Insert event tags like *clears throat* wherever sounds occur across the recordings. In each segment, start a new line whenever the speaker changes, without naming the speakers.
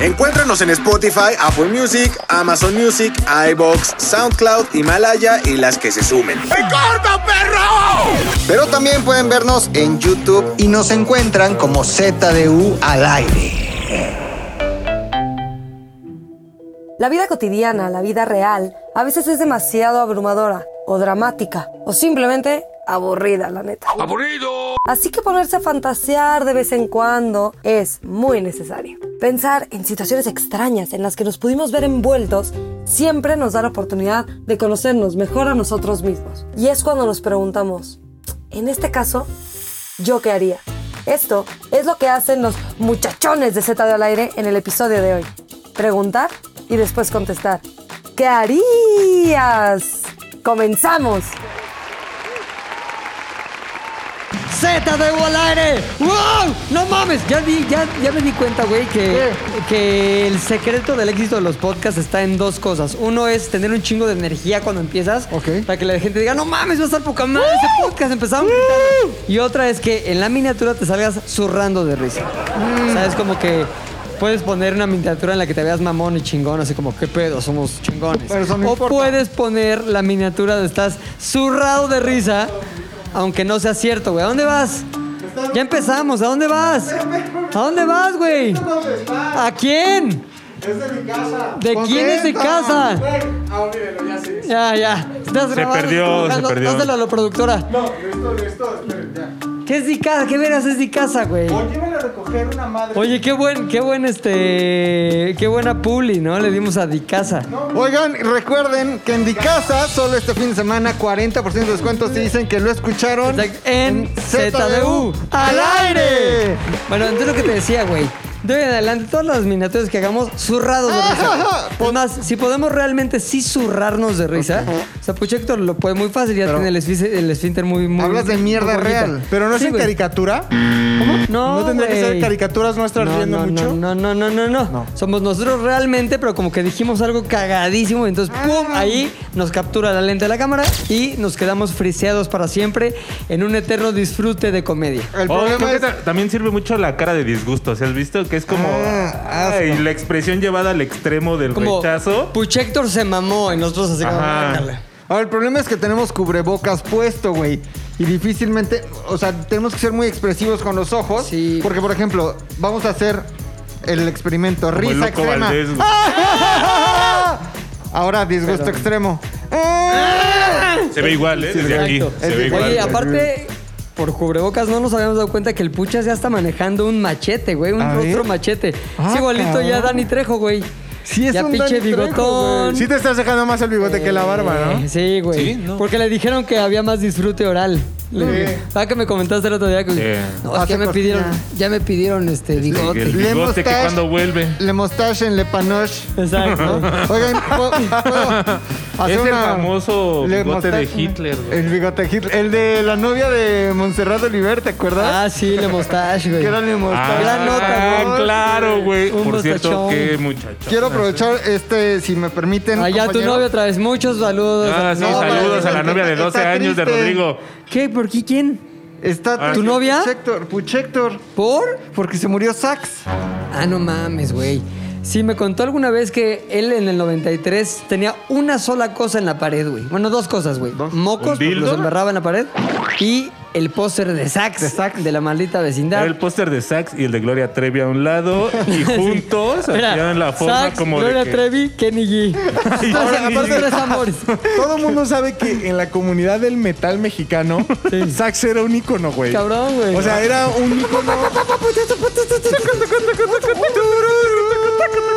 Encuéntranos en Spotify, Apple Music, Amazon Music, iBox, SoundCloud, Himalaya y las que se sumen.
Pero también pueden vernos en YouTube.
y nos encuentran como ZDU al aire.
La vida cotidiana, la vida real, a veces es demasiado abrumadora o dramática o simplemente aburrida, la neta. ¡Aburrido! Así que ponerse a fantasear de vez en cuando es muy necesario. Pensar en situaciones extrañas en las que nos pudimos ver envueltos siempre nos da la oportunidad de conocernos mejor a nosotros mismos. Y es cuando nos preguntamos, en este caso, ¿yo qué haría? Esto es lo que hacen los muchachones de Z de al aire en el episodio de hoy. Preguntar y después contestar. ¿Qué harías? ¡Comenzamos!
Z de al aire. ¡Wow! No mames. Ya, di- ya, ya me di cuenta, güey, que, que el secreto del éxito de los podcasts está en dos cosas. Uno es tener un chingo de energía cuando empiezas.
Ok.
Para que la gente diga, no mames, va a estar poca madre ese podcast. Empezamos. gritando. Y otra es que en la miniatura te salgas zurrando de risa.
Mm.
O sea, es como que. Puedes poner una miniatura en la que te veas mamón y chingón, así como, ¿qué pedo? Somos chingones.
Pero eso no
o
importa.
puedes poner la miniatura de estás zurrado de risa, aunque no sea cierto, güey. ¿A dónde vas? Ya empezamos, ¿a dónde vas? ¿A dónde vas, güey? ¿A quién? Es de mi casa. ¿De quién es de casa? Ah, ya Ya, Estás grabando,
perdió,
estás
se
grabando.
perdió.
Dáselo a la productora. No, esto, esto, esperen, ya. ¿Qué es de casa? ¿Qué veras es de casa, güey? Oye, qué buen, qué buen este, qué buena puli, ¿no? Le dimos a Dicasa.
Oigan, recuerden que en Dicasa solo este fin de semana 40% de descuento si dicen que lo escucharon
Exacto. En ZDU. ¡Al aire! Bueno, entonces lo que te decía, güey. De hoy en adelante, todas las miniaturas que hagamos, zurrados de
*laughs*
risa.
Pues
Es más, si podemos realmente sí zurrarnos de risa, o sea, Pucho Héctor lo puede muy fácil, ya tiene el, esfí- el esfínter muy, muy.
Hablas de mierda
muy bonita.
real.
Pero no es
Sí,
en
güey.
caricatura.
No,
No tendría que
güey.
ser caricaturas nuestras
No,
riendo
no,
mucho.
No, no, no, no, no, no. Somos nosotros realmente, pero como que dijimos algo cagadísimo, entonces
Ah.
¡pum! Ahí nos captura la lente de la cámara y nos quedamos friseados para siempre en un eterno disfrute de comedia.
El
Oh, creo
problema
que
es...
ta- también sirve mucho la cara de disgusto, ¿se has visto? Que es como
Ah,
ay,
asco.
la expresión llevada al extremo del
Como
rechazo.
Puchector se mamó y nosotros así como...
Ajá.
"Ándale".
Ahora, el problema es que tenemos cubrebocas puesto, güey. Y difícilmente, o sea, tenemos que ser muy expresivos con los ojos.
Sí.
Porque, por ejemplo, vamos a hacer el experimento
Como el
risa
loco
extrema.
Valdés, güey.
Ahora, disgusto extremo.
Se ve igual, ¿eh? Desde aquí.
Exacto.
Se ve igual.
Oye, aparte, por cubrebocas no nos habíamos dado cuenta que el Puchas ya está manejando un machete, güey. Un
A ver.
rostro machete.
Ah,
es igualito ya
cabrón.
Dani Trejo, güey.
Sí, es
ya
un
pinche
Dani Trejo,
bigotón.
Sí te estás dejando más el bigote que la barba, ¿no?
Eh, Sí, güey. Porque le dijeron que había más disfrute oral. Le- Ah, que me comentaste el otro día que,
Sí.
no, es que ya me
Hace
pidieron,
cortina.
ya me pidieron este bigote.
El
Le
bigote que
mustache.
cuando vuelve.
Le mustache en le panoche.
*laughs*
Exacto.
Oigan, ¿puedo, puedo hacer
Es el
una-
famoso
le
bigote de
mustache?
Hitler, güey.
El bigote de Hitler. El de la novia de Montserrat Oliver, ¿te acuerdas?
Ah, sí, le mustache, güey.
que era le mustache.
gran
Ah,
nota, güey.
claro, güey.
Un
Por cierto,
mostachón.
qué muchacho.
Quiero aprovechar este, si me permiten.
Allá Ah, tu
compañero.
novio otra vez. Muchos saludos.
Ah, sí,
No,
saludos
madre,
a la novia de
está
12 años de
triste.
Rodrigo.
¿Qué? ¿Por qué? ¿Quién?
Está
Ah,
¿Tu novia?
Puchector, Puchector.
¿Por?
Porque se murió Sax.
Ah, no mames, güey. Sí, me contó alguna vez que él en el 93 tenía una sola cosa en la pared, güey. Bueno, dos cosas, güey.
¿Un
Mocos, porque
dildo?
los embarraba en la pared. Y el póster de Sax, de la maldita vecindad.
Era el póster de Sax y el de Gloria Trevi a un lado
*laughs*
y juntos
Mira,
hacían la forma
Sax,
como
Gloria
de que...
Trevi, Kenny G.
Ay,
Ahora,
Kenny
aparte
G.
tres amores.
Todo el mundo sabe que en la comunidad del metal mexicano,
*laughs*
Sax era un ícono, güey.
Cabrón, güey. Ah, pues,
O sea, era un ícono.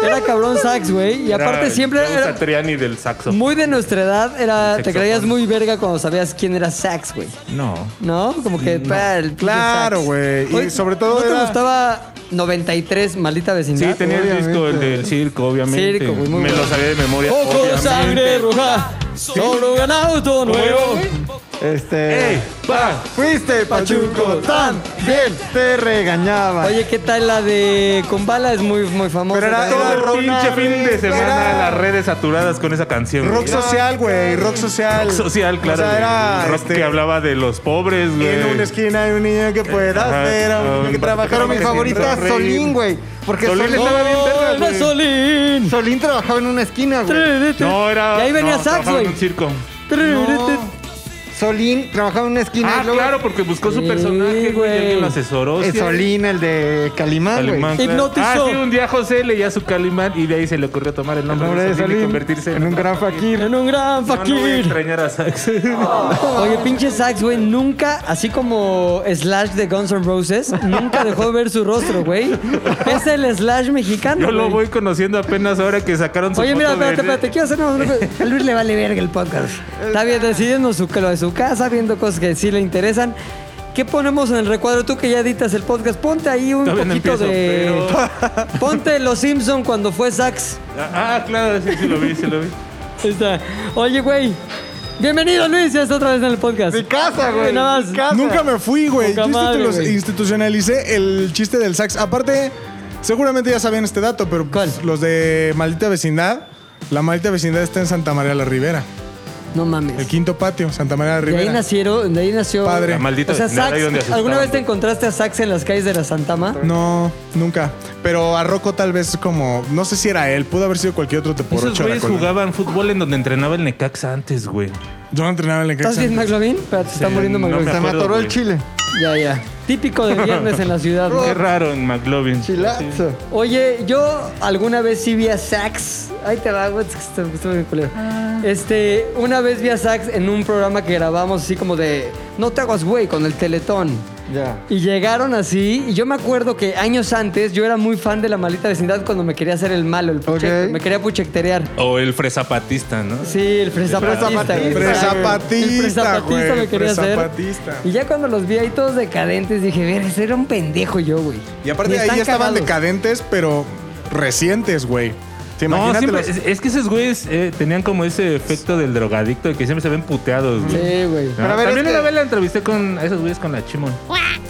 era cabrón Sax, güey. Y
Era
aparte
el
siempre
Joe
era
Satriani del saxo.
muy de nuestra edad. Era, te
Sexofón.
creías muy verga cuando sabías quién era Sax, güey.
No.
¿No? Como que. pa, el pinche
Claro,
sax.
güey. Y
Oye,
sobre todo
¿No te
era-
gustaba 93, maldita
Sí,
vecindad?
tenía el disco el del circo, obviamente.
Circo, güey, muy
Me
bueno.
lo sabía de memoria.
Ojo,
obviamente.
sangre roja. Solo un auto nuevo.
Este.
eh, ¡Va!
Fuiste pachuco tan bien, te regañaba.
Oye, ¿qué tal la de Con Bala? Es muy, muy famosa.
Pero era-
también.
Todo
Era
el pinche
una
fin de semana
era-
las redes saturadas con esa canción. güey.
Rock social, güey, rock social.
Rock social, claro.
O sea,
güey.
era.
El rock
este,
que hablaba de los pobres, güey.
En una esquina hay un niño que pueda
Ajá,
hacer, a un niño que
un
trabaja.
vato
Pero
que
mi
trabaja
favorita
siempre.
es
Sonreír.
Solín, güey. Porque
Solín
Solín,
estaba bien verga,
¡Hola,
güey.
Solín!
Solín trabajaba en una esquina, güey.
No, era.
Y ahí venía Sax,
no, trabajaba
güey.
en un circo.
No. Solín trabajaba en una esquina.
Ah,
y luego-
claro, porque buscó su
Sí,
personaje, güey.
güey.
y Alguien lo asesoró.
Eh,
sí.
Solín, el de Calimán, güey.
Calimán,
güey.
claro.
Hipnotizó.
Ah, sí, un día José leía su Calimán y de ahí se le ocurrió tomar el
El
nombre,
nombre de Solín.
y convertirse
en un gran faquir.
En un gran
No, no voy a
fakir.
extrañar a Sax.
Oye, pinche Sax, güey, nunca, así como Slash de Guns N' Roses, nunca dejó de ver su rostro, güey. Es el Slash mexicano.
*laughs* Yo lo
güey.
voy conociendo apenas ahora que sacaron su
Oye, mira,
foto de-
espérate, espérate, quiero hacer una- una- A Luis le vale verga el podcast. Está bien, decidiendo su, lo de su casa, viendo cosas que sí le interesan. ¿Qué ponemos en el recuadro? Tú que ya editas el podcast, ponte ahí un
Todavía no
poquito
empiezo,
de. *laughs* Ponte Los Simpson cuando fue Sax.
Ah, ah, claro, sí, sí lo vi, sí lo vi.
Ahí está. Oye, güey. Bienvenido, Luis, ya está otra vez en el podcast.
Mi casa, güey.
Nada más.
mi casa.
Nunca me fui, güey. Yo
Poca
institu-
madre,
los-
güey.
institucionalicé el chiste del sax. Aparte, seguramente ya sabían este dato, pero pues,
¿Cuál?
los de Maldita Vecindad, la Maldita Vecindad está en Santa María la Ribera.
No
El
mames.
quinto patio, Santa María la
De ahí
Ribera.
nacieron, de ahí nació.
Padre. La
maldita
O sea,
vecindad, ahí donde
Sax,
asustaban,
¿alguna vez te
güey.
encontraste a Sax en las calles de la Santa Ma?
No, nunca. Pero a Rocco tal vez como... No sé si era él, pudo haber sido cualquier otro
Esos
teporocho. a la
güeyes
colonia.
jugaban fútbol en donde entrenaba el Necaxa antes, güey.
Yo no entrenaba en el
¿Estás bien,
Necaxa.
McLovin? Espérate, está
Sí,
muriendo
no
McLovin.
me
Se me
acuerdo,
atoró el
güey.
chile.
Ya, ya. Típico de viernes en la ciudad.
*laughs*
güey.
Qué raro en McLovin.
Chilazo.
Oye, yo alguna vez sí vi a Sax. Ahí te va, güey, es que estuvo- estuvo bien culero. Este, una vez vi a Sax en un programa que grabamos así como de No te hagas güey con el Teletón.
Ya.
Y llegaron así, y yo me acuerdo que años antes yo era muy fan de la maldita vecindad cuando me quería hacer el malo, el pucheco,
Ok.
me quería puchecterear.
O el fresapatista, ¿no?
Sí, el presapatista. güey.
Presapatista,
El presapatista
güey,
me quería hacer.
presapatista.
Y ya cuando los vi ahí todos decadentes, dije, ver, ese era un pendejo yo, güey.
Y aparte
Ni
ahí
están
ya estaban
cagados.
decadentes, pero recientes, güey. Sí,
No,
imagínate
siempre,
los-
es, es que esos güeyes eh, tenían como ese efecto del drogadicto de que siempre se ven puteados, güey.
Sí, güey.
No,
Pero a ver,
También
este-
una vez la entrevisté con a esos güeyes con la Chimon.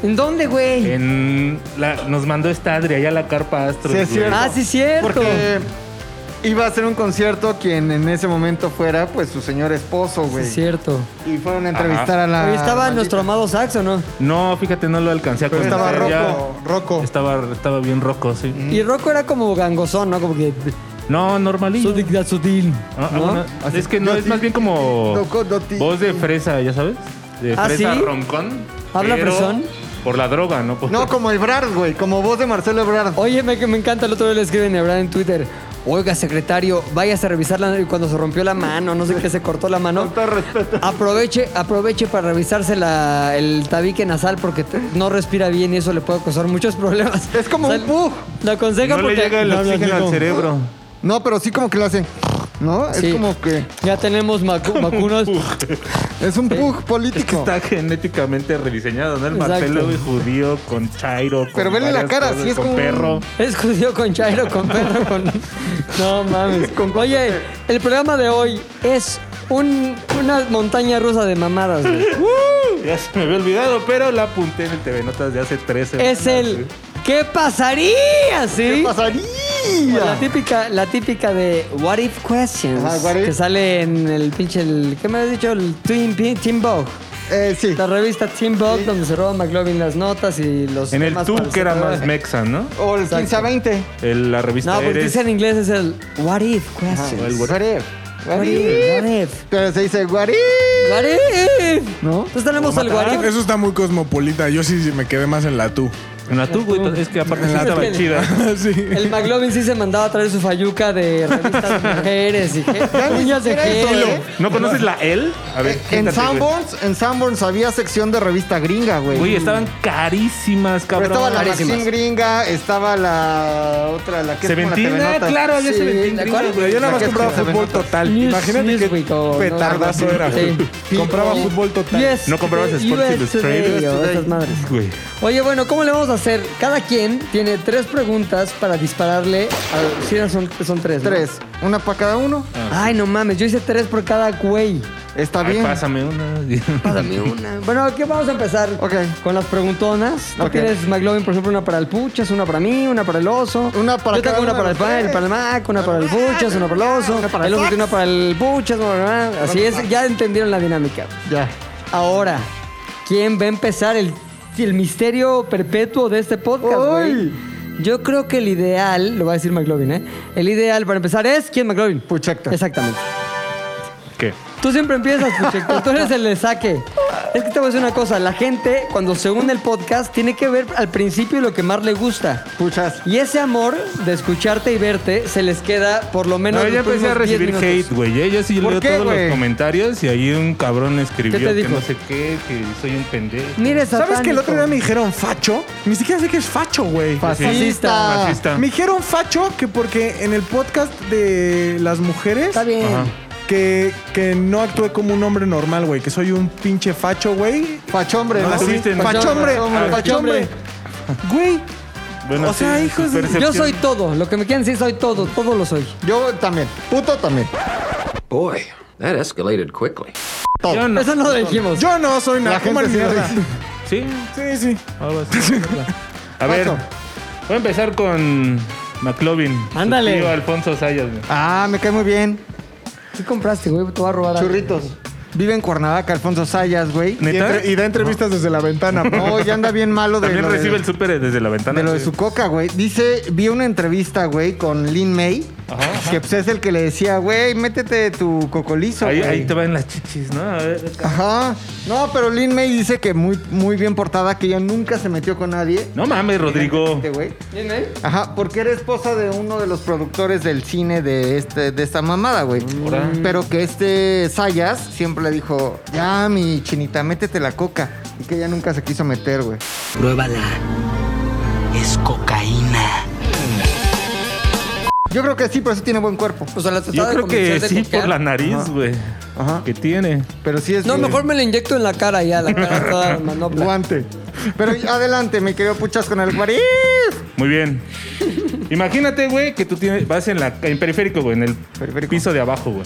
¿En dónde, güey?
En la- nos mandó esta Adri allá a la carpa Astro.
Sí, es cierto.
Ah, sí, cierto.
Porque iba a hacer un concierto quien en ese momento fuera, pues, su señor esposo,
Sí,
güey.
es cierto.
Y fueron a entrevistar a la...
Ahí estaba
Ah, maldita-
nuestro amado Saxo, ¿no?
No, fíjate, no lo alcancé a
Pero
contar.
estaba
Ya-
Rocco. Rocco.
Estaba, estaba bien roco, sí.
Mm.
Y Rocco era como gangosón, ¿no? Como que.
No, normalillo.
Su dignidad sutil.
Ah, ah,
¿no?
bueno,
Así,
es que no,
yo
es
sí.
más bien como
Loco, doti-
voz de fresa, ya sabes. De
¿Ah,
fresa
sí?
roncón.
¿Habla
pero
fresón?
Por la droga, ¿no? Por-
No, como Ebrard, güey. Como voz de Marcelo Ebrard.
Oye, me, me encanta, el otro día le escriben a Abraham en Twitter. Oiga, secretario, váyase a revisar la- cuando se rompió la mano, no sé qué, se cortó la mano.
Con todo respeto.
Aproveche, aproveche para revisarse la- el tabique nasal porque te- no respira bien y eso le puede causar muchos problemas.
Es como un
pug.
pug.
Lo aconseja
no le
porque...
llega el
No, no,
oxígeno
no.
al cerebro.
No, pero sí como que lo hacen. ¿No?
Sí.
Es como que...
Ya tenemos macu- vacunas.
Es un pug político.
Está genéticamente rediseñado, ¿no? El Marcelo
Exacto.
es judío con Chairo. con
Pero vele la
varias
cara,
cosas,
sí es
con
como un-
perro.
Es judío con chairo, con perro, con... No mames. Oye, el programa de hoy es un- una montaña rusa de mamadas, güey.
Ya se me había olvidado, pero la apunté en el TV Notas de hace 13
Es el... ¿Qué pasaría, sí? La
¡Pasaría!
típica, la típica de What If Questions.
Ajá, what if.
Que sale en el pinche. el- ¿Qué me has dicho? El Twin Pi- Team Vogue.
Eh, sí.
La revista Team Vogue, donde se roba McLovin las notas y los.
En el
temas
tú
para
que era
sacar-
más mexa, ¿no?
O el 15 a 20.
El- la revista
No, porque
Eres.
dice en inglés es el What If Questions.
el what-
What if?
What if, what if,
Pero se dice what if.
what if.
¿No?
Entonces tenemos el What If.
Eso está muy cosmopolita. Yo sí me quedé más en la tú. *laughs*
En la tú, güey. Es que aparte
En
sí
la
estaba
tú.
chida.
sí.
El McLovin sí se mandaba a traer su fayuca de revistas de mujeres y je- uñas de
siquiera eso,
gel.
¿eh?
¿No conoces la L? A ver,
En
siéntate, güey.
Sanborns, en Sanborns había sección de revista gringa, güey.
Güey, estaban carísimas,
Pero
cabrón.
estaba la
Carísimas.
Maxim gringa, estaba la otra, la que
Seventeen,
es como la
ah,
TV Notas.
claro, había Seventeen
¿de acuerdo?
gringa, güey.
Yo nada
La
más
que es
compraba
que se
fútbol
ven
total.
News-
Imagínate qué
Newsweek o-
petardazo
no,
era. güey.
sí.
Compraba
Sí.
fútbol total.
Yes,
No comprabas
US
Sports
Today,
Illustrated.
o esas madres.
Güey.
Oye, bueno, ¿cómo le vamos a a hacer, cada quien tiene tres preguntas para dispararle. A, sí, son, son tres. ¿no?
Tres. Una para cada uno.
Ay, no mames, yo hice tres por cada güey.
Está
Ay,
bien.
pásame una.
*laughs* Pásame una. Bueno, aquí vamos a empezar
Ok.
con las preguntonas. ¿No
Ok.
tienes, McLovin, por ejemplo, una para el Puchas, una para mí, una para el oso?
Una para
Yo
cada
tengo una
uno
para
de
el, pa-
ustedes.
el para el Mac, una para el Puchas, una para el oso. el oso tiene una para el Puchas, una para el Mac. Así es, ya entendieron la dinámica.
Ya.
Ahora, ¿quién va a empezar el, el misterio perpetuo de este podcast, güey? Yo creo que el ideal, lo va a decir McLovin, ¿eh? El ideal para empezar es, ¿quién McLovin?
Puchector.
Exactamente.
¿Qué?
Tú siempre empiezas, Puchector, tú eres el de saque. Es que te voy a decir una cosa, la gente cuando se une el podcast tiene que ver al principio lo que más le gusta.
Puchas.
Y ese amor de escucharte y verte se les queda por lo menos...
No, ya
los
empecé a
primeros 10
recibir
minutos.
hate, güey. ¿eh? Yo sí
¿Por
leo
qué,
todos
güey?
los comentarios y ahí un cabrón escribió
¿Qué te
que
dijo?
no sé qué, que soy un pendejo.
Mira,
¿Sabes que el otro día
satánico.
me dijeron facho? Ni siquiera sé qué es facho, güey.
Fascista.
Fascista.
Me dijeron facho que porque en el podcast de las mujeres
Está bien.
Ajá.
que, que no actué como un hombre normal, güey. Que soy un pinche facho, güey.
Fachombre,
No,
¿no?
sí, te-
Fachombre,
Fachombre.
fachombre. Güey,
Bueno,
O sea,
sí,
hijos
su
de-
Yo
percepción.
soy todo, lo que me quieran decir soy todo, todo lo soy.
Yo también. Puto también.
Boy, that escalated quickly.
Yo no.
Eso no lo dijimos.
yo no soy
La
nada.
gente sí lo dice.
Sí,
Sí, sí.
algo así. A ver,
Paso.
voy a empezar con McLovin. su
Ándale.
tío Alfonso Sayas. güey.
Ah, me cae muy bien.
¿Qué compraste, güey? Te voy a robar algo.
Churritos. Vive en Cuernavaca, Alfonso Sayas, güey.
Y,
¿Neta?
entre- y da entrevistas desde la ventana. po.
No, ya anda bien malo de
También
lo de-
recibe el súper desde la ventana.
De lo de su coca, güey. Dice, vi una entrevista, güey, con Lin May. Que pues, es el que le decía, güey, métete tu cocolizo.
Ahí,
güey".
ahí te van las chichis, ¿no? A ver, acá.
Ajá. No, pero Lin May dice que muy, muy bien portada, que ella nunca se metió con nadie.
No mames, Rodrigo.
Este, güey. Ajá, porque era esposa de uno de los productores del cine de este de esta mamada, güey.
Ahora.
Pero que este Sayas siempre le dijo, ya mi chinita, métete la coca. Y que ella nunca se quiso meter, güey.
Pruébala. Es cocaína.
Yo creo que sí, pero sí tiene buen cuerpo.
O sea, Pues la
Yo
trataba de
creo que
convencer de
sí
copiar.
por la nariz, güey.
Ajá.
Que tiene.
Pero sí es
No,
bien.
mejor me la inyecto en la cara ya, la cara toda manopla.
guante. Pero adelante, mi querido Puchas con el guariz.
*laughs*
Muy bien. Imagínate, güey, que tú tienes, vas en la en periférico, güey, en el
Periférico.
piso de abajo, güey.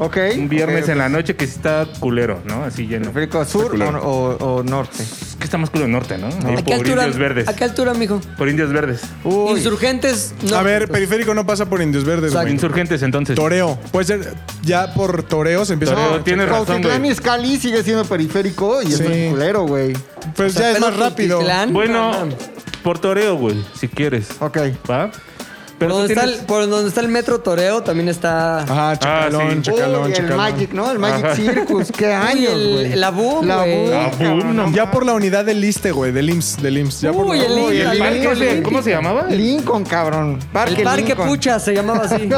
Ok.
Un viernes en la noche que sí está culero, ¿no? Así lleno.
Periférico sur o, o- o norte.
Es que está más culero norte, ¿no? Ahí
¿A
por
qué altura,
indios verdes.
¿A qué altura, mijo?
Por indios verdes.
Uy.
Insurgentes, no.
A ver, periférico no pasa por Indios Verdes,
Exacto.
güey.
Insurgentes, entonces.
Toreo. Puede ser ya por toreo se empieza
Toreo,
a-
tiene razón,
Cuautitlán
güey.
Izcalli sigue siendo periférico y es
Sí.
un culero, güey.
Pues ya es más rápido.
Tlan, no,
Bueno,
no.
por toreo, güey, si quieres.
Ok.
¿Va?
Por
Pero tú
donde, está
tienes-
el, por donde está el metro Toreo también está...
Ajá, chacalón,
Ah, sí.
chacalón,
Uy, el
chacalón.
Magic, ¿no? El Magic
Ajá.
Circus. Qué
*laughs* Uy,
años,
el-
güey.
la boom, güey.
boom,
Ah, boom,
cabrón.
no
Ya por la unidad del ISTE, güey, del IMSS, del IMSS. Ya por
Uy,
la-
el
Uy,
Inca,
el
el
Inca,
parque,
Parque Olé- ¿Cómo se llamaba?
Lincoln, cabrón. Parque
El parque
Lincoln.
Pucha se llamaba así.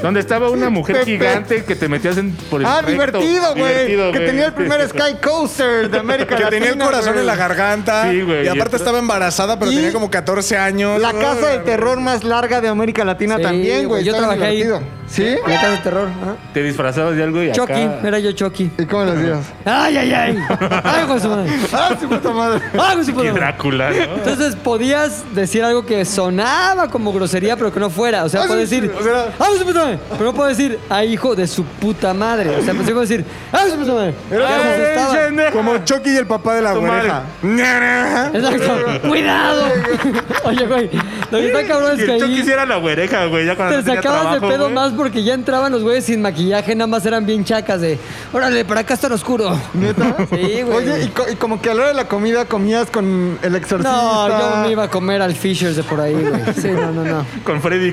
Donde estaba una mujer
Pepe.
gigante que te metías en, por el
Ah,
recto.
divertido, güey.
Divertido,
Que
güey.
tenía el
*laughs*
primer Sky Coaster de América
Que
Latina.
tenía el corazón
güey.
en la garganta.
Sí, güey,
Y aparte
y-
estaba embarazada, pero
Y
tenía como 14 años.
La casa de terror más larga de América Latina
Sí,
también,
güey,
güey.
yo
Está bien
trabajé ahí.
divertido. ¿Sí?
La casa de terror. ajá.
Te disfrazabas de algo y acá...
Chucky, era yo Chucky.
¿Y cómo los
*laughs*
días?
¡Ay, ay, ay! ¡Ay, hijo de su madre!
¡Ah, su puta madre!
¡Ay, hijo de su puta
Y
madre!
Drácula, ¿no?
Entonces podías decir algo que sonaba como grosería, pero que no fuera. O sea, puedes decir,
o sea-
¡Ah, su puta madre! Pero no puedo decir, ¡ay, hijo de su puta madre! O sea, pues yo puedo decir, ¡ah, pues, su puta madre! Ya se asustaban.
eh.
Como Chucky y el papá de la
Tu
oreja.
Exacto. ¡Cuidado! Oye, güey, lo que está cabrón es que
Y tú
ahí
quisiera la güereja, güey, ya cuando
te
no tenía
sacabas de
trabajo,
pedo
güey.
más porque ya entraban los güeyes sin maquillaje, nada más eran bien chacas de, ¡órale, para acá está en oscuro!
¿Neta?
Sí, güey.
Oye, y, co- y como que a la hora de la comida comías con el exorcista.
No, yo me iba a comer al Fishers de por ahí, güey. Sí, no, no, no.
Con Freddy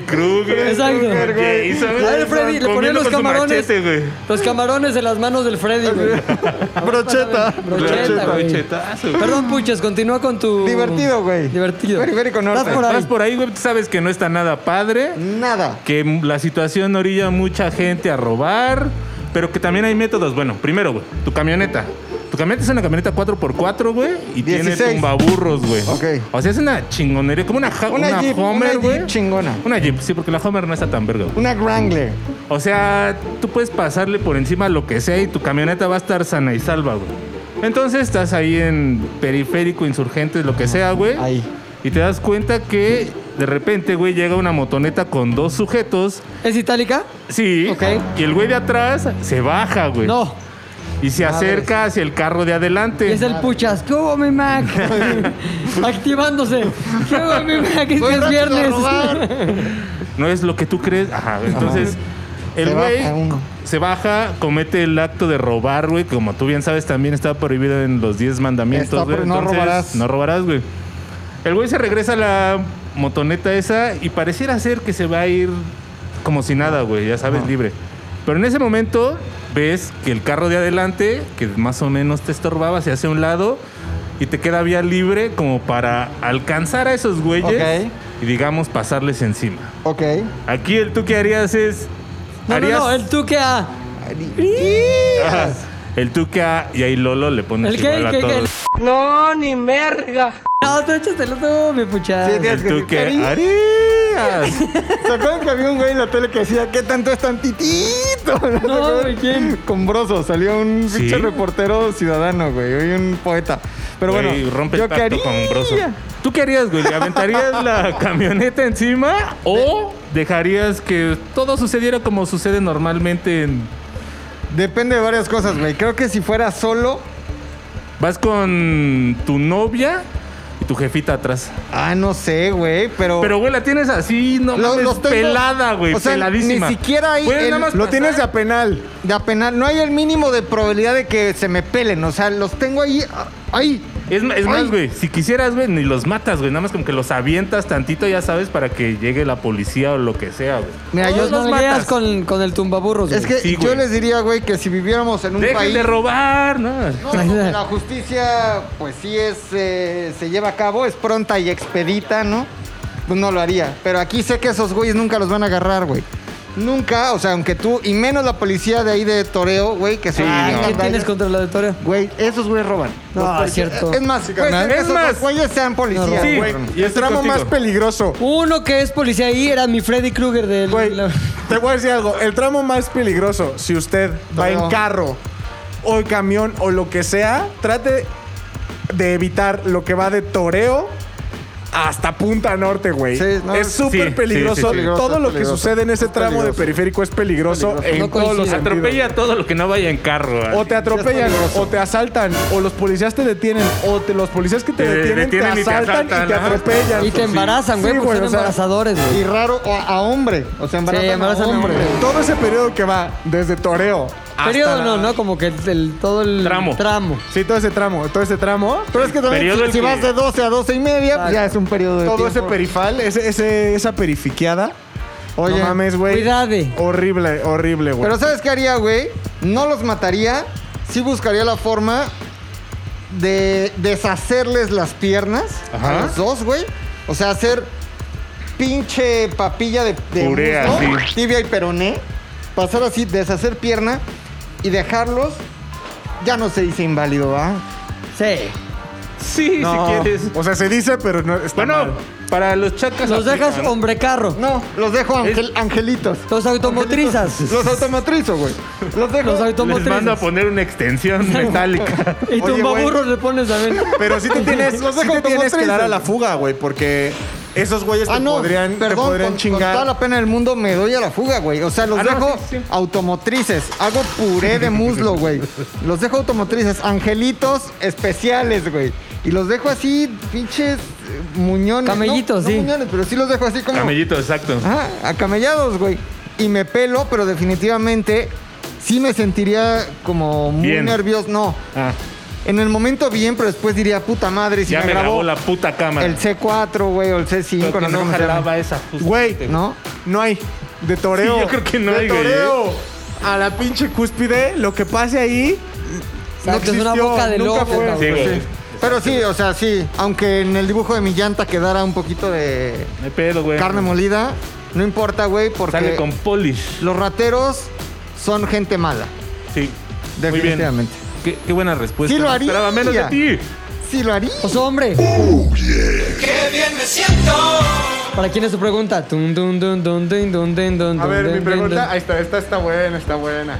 *laughs*
Krueger.
Exacto.
con Jason,
A ver, Freddy, le ponían
comiendo
los
con su
camarones.
machete, güey.
Los camarones en las manos del Freddy,
*laughs*
güey.
Brocheta.
Brocheta, güey.
Brochetazo, güey.
Perdón, Puchas, continúa con tu.
Divertido, güey.
Divertido.
Periférico norte.
Estás por
Vas
ahí.
por ahí, güey, tú sabes que no está nada padre,
Nada.
que m- la situación orilla a mucha gente a robar, pero que también hay métodos. Bueno, primero, güey, tu camioneta. Tu camioneta es una camioneta 4x4, güey, y tiene
16.
tumbaburros, güey.
Ok.
O sea, es una chingonería, como una, ja-
Una
una
Jeep, una
Homer,
Jeep
güey.
chingona.
Una Jeep, sí, porque la Homer no está tan verga, güey.
Una Wrangler.
O sea, tú puedes pasarle por encima lo que sea y tu camioneta va a estar sana y salva, güey. Entonces estás ahí en periférico, insurgentes, lo que sea, güey.
Ahí.
Y te das cuenta que de repente, güey, llega una motoneta con dos sujetos.
¿Es itálica?
Sí.
Ok.
Y el güey de atrás se baja, güey.
No.
Y se acerca hacia el carro de adelante.
Es el puchas. ¿Qué hubo, mi
*laughs*
Mac? Activándose. ¿Qué hubo, mi Mac? Es
Pues,
que es viernes. *laughs*
No es lo que tú crees. Ajá. Entonces, el
Se
güey
baja uno.
se baja, comete el acto de robar, güey. Como tú bien sabes, también está prohibido en los 10 mandamientos,
Está
güey.
pro- no robarás.
No robarás, güey. El güey se regresa a la motoneta esa y pareciera ser que se va a ir como si nada, güey. Ya sabes, libre. Pero en ese momento ves que el carro de adelante, que más o menos te estorbaba, se hace a un lado y te queda vía libre como para alcanzar a esos güeyes
Ok.
y digamos pasarles encima.
*laughs*
Ok.
Aquí el tú que harías es.
No, no,
harías-
no. El tú que a.
Ajá. El tú que ha- y ahí Lolo le pones
¿El qué?
igual
¿El
a
qué? ¿El qué?
todos.
No, tú échatelo tú, mi puchas.
Sí, tienes
El tú que
Cari-
harías.
¿Se acuerdan que había un güey en la tele que decía, ¿qué tanto es tantitito? *laughs* ¿Se acuerdan?
güey, ¿quién?
Con Broso, salió un
¿Sí?
pinche reportero ciudadano, güey, y un poeta. *laughs* Pero
Güey,
bueno,
rompe
yo
el pacto
quería-
con Broso. ¿Tú qué harías, güey? ¿Le
*laughs*
aventarías la camioneta encima o dejarías que todo sucediera como sucede normalmente? en-
Depende de varias cosas, güey. Creo que si fuera solo,
Vas con tu novia y tu jefita atrás.
ah, no sé, güey, pero...
Pero, güey, la tienes así, no
Oh. Lo-
mames,
los tengo-
pelada, güey,
o sea,
peladísima.
ni siquiera hay
Puedes
el-
nada más
lo
pasar.
tienes de a penal. De a penal. No hay el mínimo de probabilidad de que se me pelen. O sea, los tengo ahí. ah, Ahí.
Es, ma- es más,
Ay.
güey, si quisieras, güey, ni los matas, güey. Nada más como que los avientas tantito, ya sabes, para que llegue la policía o lo que sea, güey.
Mira,
Todos
yo
nos matas con, con el tumbaburros.
Es que
Sí,
yo
güey.
les diría, güey, que si viviéramos en un
Dejen
país.
de robar, ¿no?
No, no, que la justicia, pues sí es. eh, se lleva a cabo, es pronta y expedita, ¿no? Pues no lo haría. Pero aquí sé que esos güeyes nunca los van a agarrar, güey. Nunca, o sea, aunque tú, y menos la policía de ahí de Toreo, güey, que son.
Ay, ¿Qué
gandallas.
tienes contra la auditorio?
Güey, esos güeyes roban.
No,
Los policías-
es cierto.
Es más, güey,
carnal.
es
Es más.
más. Güeyes sean policías,
Sí,
güey.
y
El
estoy
tramo
contigo.
más peligroso.
Uno que es policía ahí era mi Freddy Krueger del.
Güey,
la-
te voy a decir algo. El tramo más peligroso, si usted va
Toreo.
en carro o en camión o lo que sea, trate de evitar lo que va de toreo hasta Punta Norte, güey.
Sí, no,
es
sí,
súper
sí,
peligroso.
sí, sí.
Todo lo que
Peligroso,
sucede en ese
es
tramo de
peligroso.
periférico es peligroso en
No
todos los
coincido.
sentidos.
Atropella todo lo que no vaya en carro, güey.
O te atropellan,
Sí, es peligroso.
o te asaltan, o los policías te detienen, o te- los policías que te,
Te
detienen,
detienen y
te
te
asaltan y te,
asaltan, ajá.
atropellan.
Y te embarazan, güey,
Sí,
porque son
o sea,
embarazadores, güey.
Y raro a, a hombre. O sea, embarazan,
Sí, embarazan
a hombre.
a hombre.
Todo ese periodo que va desde Toreo hasta
Periodo
la-
no, ¿no? Como que el, el- todo el
Tramo.
Sí, todo ese tramo, todo ese tramo.
Pero es que también,
Periodo
si,
el
si
que-
vas de 12 a 12 y media, pues ya es un periodo de
Todo
tiempo.
ese perifal, ese, ese- esa perifiqueada.
Oye,
no mames, güey.
cuidade.
Horrible, horrible, güey.
Pero ¿sabes qué haría, güey? No los mataría. Sí buscaría la forma de deshacerles las piernas a
Ajá.
los dos, güey. O sea, hacer pinche papilla de, de
Urea,
muslo,
sí.
tibia y peroné. Pasar así, deshacer pierna y dejarlos. Ya no se dice inválido, ¿va?
Sí.
Sí,
No.
si quieres.
O sea, se dice, pero no está
Bueno,
mal.
para los chacas.
Los dejas
aplican.
hombre carro.
No, los dejo angel- angelitos.
Los automotrizas.
Los automatrizo, güey.
Los
Los dejo.
Les mando a
automotrizas.
poner una
*laughs*
extensión metálica.
Y
Oye,
tumbaburros le pones también.
*laughs*
Pero sí te tienes,
Los
sí
dejo
te tienes que
automotrices.
dar a la fuga, güey, porque esos güeyes
Ah,
te,
no,
podrían, te
perdón,
podrían
con, con
chingar.
toda la pena del mundo me doy a la fuga, güey. O sea, los
Ah, no,
dejo
sí, sí.
automotrices, hago puré de muslo, güey. Los dejo automotrices, angelitos especiales, güey. Y los dejo así, pinches eh, muñones.
Camellitos,
No, no
sí.
muñones, pero sí los dejo así como...
Camellito, exacto.
Ah, acamellados, güey. Y me pelo, pero definitivamente sí me sentiría como muy
Bien.
nervioso. No,
Ah,
en el momento bien, pero después diría, puta madre, si
ya me grabó
grabó
la puta cámara.
el C4, güey, o el C5,
Creo que
no, sé
no
cómo se llama.
jalaba esa justa.
Güey,
¿No?
No hay. De toreo.
Pues, este, Sí, yo creo que no
de
hay, güey,
toreo. A la pinche cúspide, lo que pase ahí.
Exacto, es una boca de
nunca
loco,
fue.
cabrón.
Sí, güey.
Pero sí, o sea, sí. Aunque en el dibujo de mi llanta quedara un poquito de
No hay pedo, güey.
carne molida, no importa, güey,
Sale
porque
con polish.
los rateros son gente mala.
Sí. Muy bien.
Definitivamente.
Qué, qué buena respuesta.
Sí lo
No
haría.
Esperaba menos de ti.
Sí, lo haría.
Pues hombre. ¿Para quién es tu pregunta? Tun, dun, dun, dun, dun, dun, dun, dun,
A
dun,
ver,
dun,
mi
dun,
pregunta. Ahí está, esta está buena, está buena.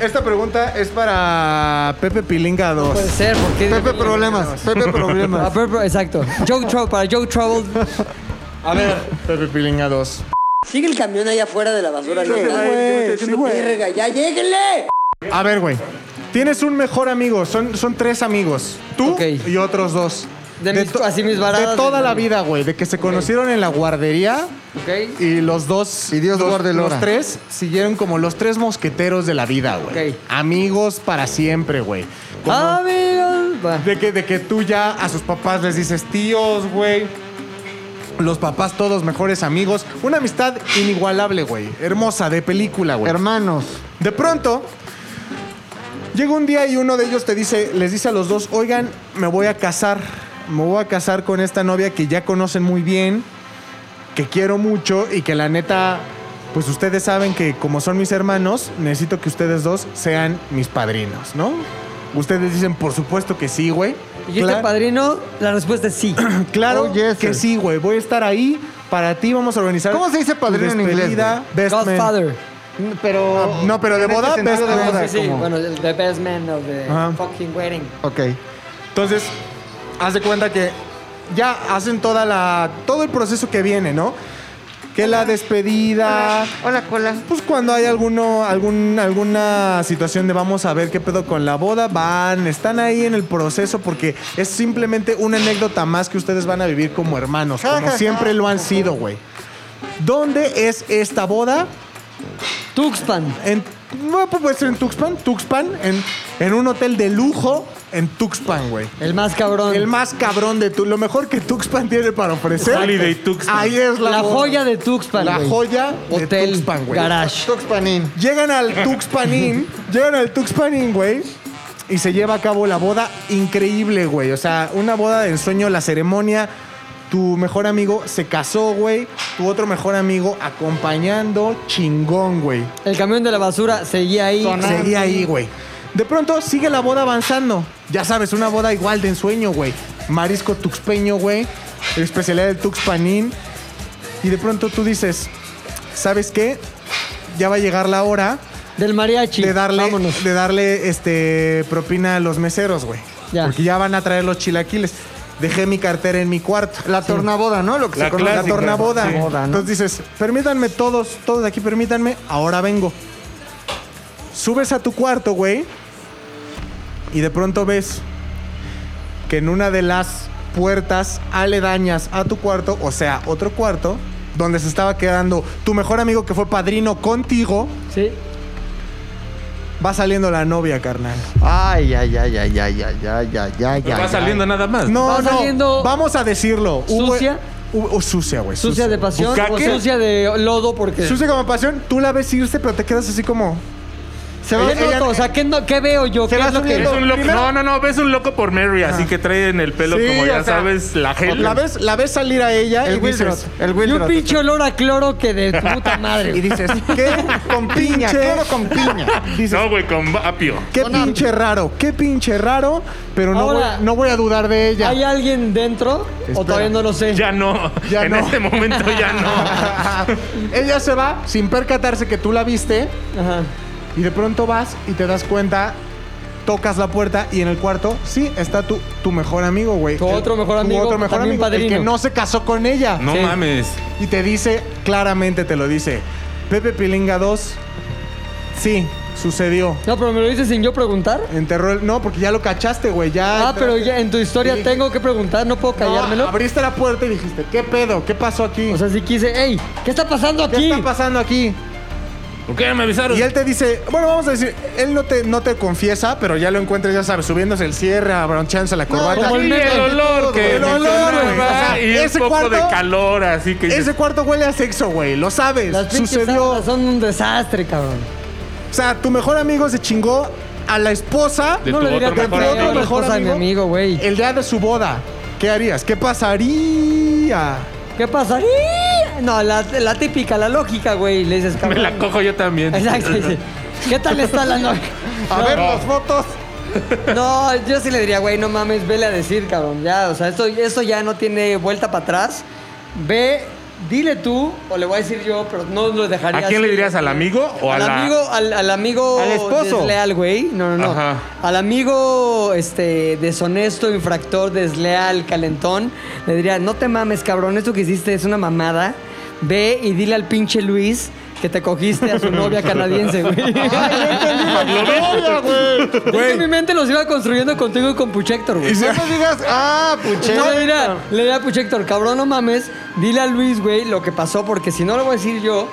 Esta pregunta es para Pepe Pilinga 2.
Puede ser, porque.
Pues, Pepe Problemas,
*laughs*
Pepe
Ah,
Problemas.
pero- pero- exacto. Joke Trouble, para Joke Trouble.
A ver, Pepe Pilinga 2.
Sigue el camión allá afuera de la basura. ya lléguenle.
A ver, güey. Tienes un mejor amigo. Son, son tres amigos. Tú
Ok.
y otros dos.
De mis-
to-
así mis varadas,
de toda
de-
la vida, güey. De que se conocieron en la guardería.
Ok.
Y los dos.
Y Dios
los,
guarde el
los
hora.
tres siguieron como los tres mosqueteros de la vida, güey.
Ok. Ah.
Amigos para siempre, güey. Como-
Amigos. Va.
De que, de que tú ya a sus papás les dices tíos, güey. Los papás todos mejores amigos. Una amistad inigualable, güey. Hermosa, de película, güey.
Hermanos.
De pronto, llega un día y uno de ellos te dice, les dice a los dos, oigan, me voy a casar, me voy a casar con esta novia que ya conocen muy bien, que quiero mucho y que la neta, pues ustedes saben que como son mis hermanos, necesito que ustedes dos sean mis padrinos, ¿no? Ustedes dicen, por supuesto que sí, güey.
Y
Cla-
este padrino, la respuesta es sí.
Claro
Oh, yes,
que
sir.
sí, güey. Voy a estar ahí para ti. Vamos a organizar.
¿Cómo se dice padrino en inglés,
despedida, *clears throat* best man.
Godfather.
Pero.
Ah, no, pero de
en este
boda,
sentido
best
de
man.
boda,
Sí, sí,
como-
bueno, el- the best man of the
Ajá.
fucking wedding.
Ok.
Entonces, haz de cuenta que ya hacen toda la, todo el proceso que viene, ¿no? Que la despedida.
Hola, cola.
Pues cuando hay alguno, algún, alguna situación de vamos a ver qué pedo con la boda, van, están ahí en el proceso porque es simplemente una anécdota más que ustedes van a vivir como hermanos, como siempre lo han sido, güey. ¿Dónde es esta boda?
Tuxpan.
En, no, pues, puede ser en Tuxpan, Tuxpan, en, en un hotel de lujo en Tuxpan, güey.
El más cabrón.
El más cabrón de tu, lo mejor que Tuxpan tiene para ofrecer.
Holiday Tuxpan.
Ahí es la,
la
boda.
joya de Tuxpan.
La
güey.
joya de
Hotel,
Tuxpan, güey.
garage.
Tuxpanín.
Llegan al
*laughs*
Tuxpanín, llegan al Tuxpanín, güey. Y se lleva a cabo la boda increíble, güey. O sea, una boda de ensueño, la ceremonia. Tu mejor amigo se casó, güey. Tu otro mejor amigo acompañando, chingón, güey.
El camión de la basura seguía ahí.
Seguía ahí, güey. De pronto sigue la boda avanzando. Ya sabes, una boda igual de ensueño, güey. Marisco tuxpeño, güey. Especialidad del tuxpanín. Y de pronto tú dices, ¿sabes qué? Ya va a llegar la hora
Del mariachi.
de darle,
Vámonos.
de darle este, propina a los meseros, güey.
Ya.
Porque ya van a traer los chilaquiles. Dejé mi cartera en mi cuarto.
La tornaboda, ¿no? Lo que
La
se conoce.
La
Clásico,
tornaboda.
sí.
Boda, ¿no?
Entonces dices, permítanme todos, todos de aquí, permítanme, ahora vengo. Subes a tu cuarto, güey, y de pronto ves que en una de las puertas aledañas a tu cuarto, o sea, otro cuarto, donde se estaba quedando tu mejor amigo que fue padrino contigo,
Sí.
va saliendo la novia, carnal.
Ay, ay, ay, ay, ay, ay, ay, ay, ay.
Pero va
ay,
saliendo nada más.
No,
Va
no,
saliendo
vamos a decirlo. Hubo-
sucia.
hubo- oh, sucia, güey.
Sucia de pasión
¿Bucaque?
o sucia de lodo porque...
Sucia como pasión, tú la ves irse, pero te quedas así como...
Se va
¿Qué
a
noto? o sea, ¿qué, no- qué veo yo? ¿Qué
va
es lo que
subiendo.
Es un loco-
Primero- Ah.
no, no, no, ves un loco por Mary, así que trae en el pelo,
Sí,
como
o
ya
sea,
sabes, la gel.
La ves, la ves salir a ella y
El Wildrot.
dices,
El
Y un
Wildrot.
pinche olor a cloro que de
*laughs*
puta madre.
y dices, ¿qué con
Piña,
pinche?
claro, con piña.
Dices,
No, güey, con apio.
qué pinche raro, qué pinche raro, pero no,
Ahora-
voy, no voy a dudar de ella. *laughs*
¿Hay alguien dentro? ¿O todavía no lo sé?
Ya no.
Ya
en
no.
este momento ya
*laughs*
no.
ella se va sin percatarse que tú la viste
Ajá.
y de pronto vas y te das cuenta, tocas la puerta y en el cuarto, sí, está tu, tu mejor amigo, güey.
Tu
El-
otro mejor amigo,
Tu otro mejor
también
amigo, el que
padrino.
no se casó con ella.
No
Sí.
mames.
Y te dice, claramente te lo dice, Pepe Pilinga 2, sí, sucedió.
No, pero me lo dices sin yo preguntar.
Enterró el. No, porque ya lo cachaste, güey. Ya.
Ah, pero ya en tu historia
Sí.
tengo que preguntar, no puedo
No,
callármelo.
abriste la puerta y dijiste, ¿qué pedo? ¿Qué pasó aquí?
O sea, si quise, hey, ¿qué está pasando
¿Qué
aquí?
está pasando aquí?
¿Por qué no me avisaron?
Y él te dice, bueno, vamos a decir, él no te, no te confiesa, pero ya lo encuentras, ya sabes, subiéndose el cierre, abrochándose la corbata.
como el
Y
meme.
el olor que
El olor,
mencionaba,
güey. O sea,
y
ese
un poco
cuarto-
de calor, así que
Ese cuarto huele a sexo, güey, lo sabes.
Las pinches
Sucedió.
sábanas son un desastre, cabrón.
O sea, tu mejor amigo se chingó a la esposa
De
no
tu
le diría
otro
tan
mejor
amigo.
feo a la esposa de mi amigo, güey.
el día de su boda. ¿Qué harías? ¿Qué pasaría?
¿Qué pasaría? No, la, la típica, la lógica, güey. Le dices,
*laughs* me
cabrón.
la cojo yo también.
Exacto. sí. ¿Qué tal está la novia?
A ver las fotos.
No, yo sí le diría, güey, no mames, vele a decir, cabrón. Ya, o sea, esto, esto ya no tiene vuelta para atrás. Ve, Dile tú, o le voy a decir yo, pero no lo dejaría.
¿A quién le
así.
dirías? ¿Al amigo o a
al
la-
amigo, al, al amigo
Al esposo.
desleal, güey. No, no, no.
Ajá.
Al amigo este deshonesto, infractor, desleal, calentón, le diría, "No te mames, cabrón, esto que hiciste es una mamada. Ve y dile al pinche Luis que te cogiste
*laughs*
a su novia canadiense, güey." *laughs* Es que mi mente los iba construyendo contigo y con Puchector, güey.
No me digas, ah, puche.
No, mira, le diré a Puchector, cabrón, no mames, dile a Luis, güey, lo que pasó, porque si no lo voy a decir yo.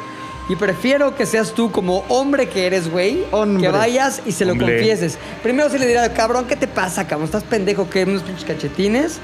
Y prefiero que seas tú como hombre que eres, güey,
Hombre.
que vayas y se lo
Hombre.
confieses. Primero se le dirá, cabrón, ¿qué te pasa, cabrón? ¿Estás pendejo que unos pinches cachetines?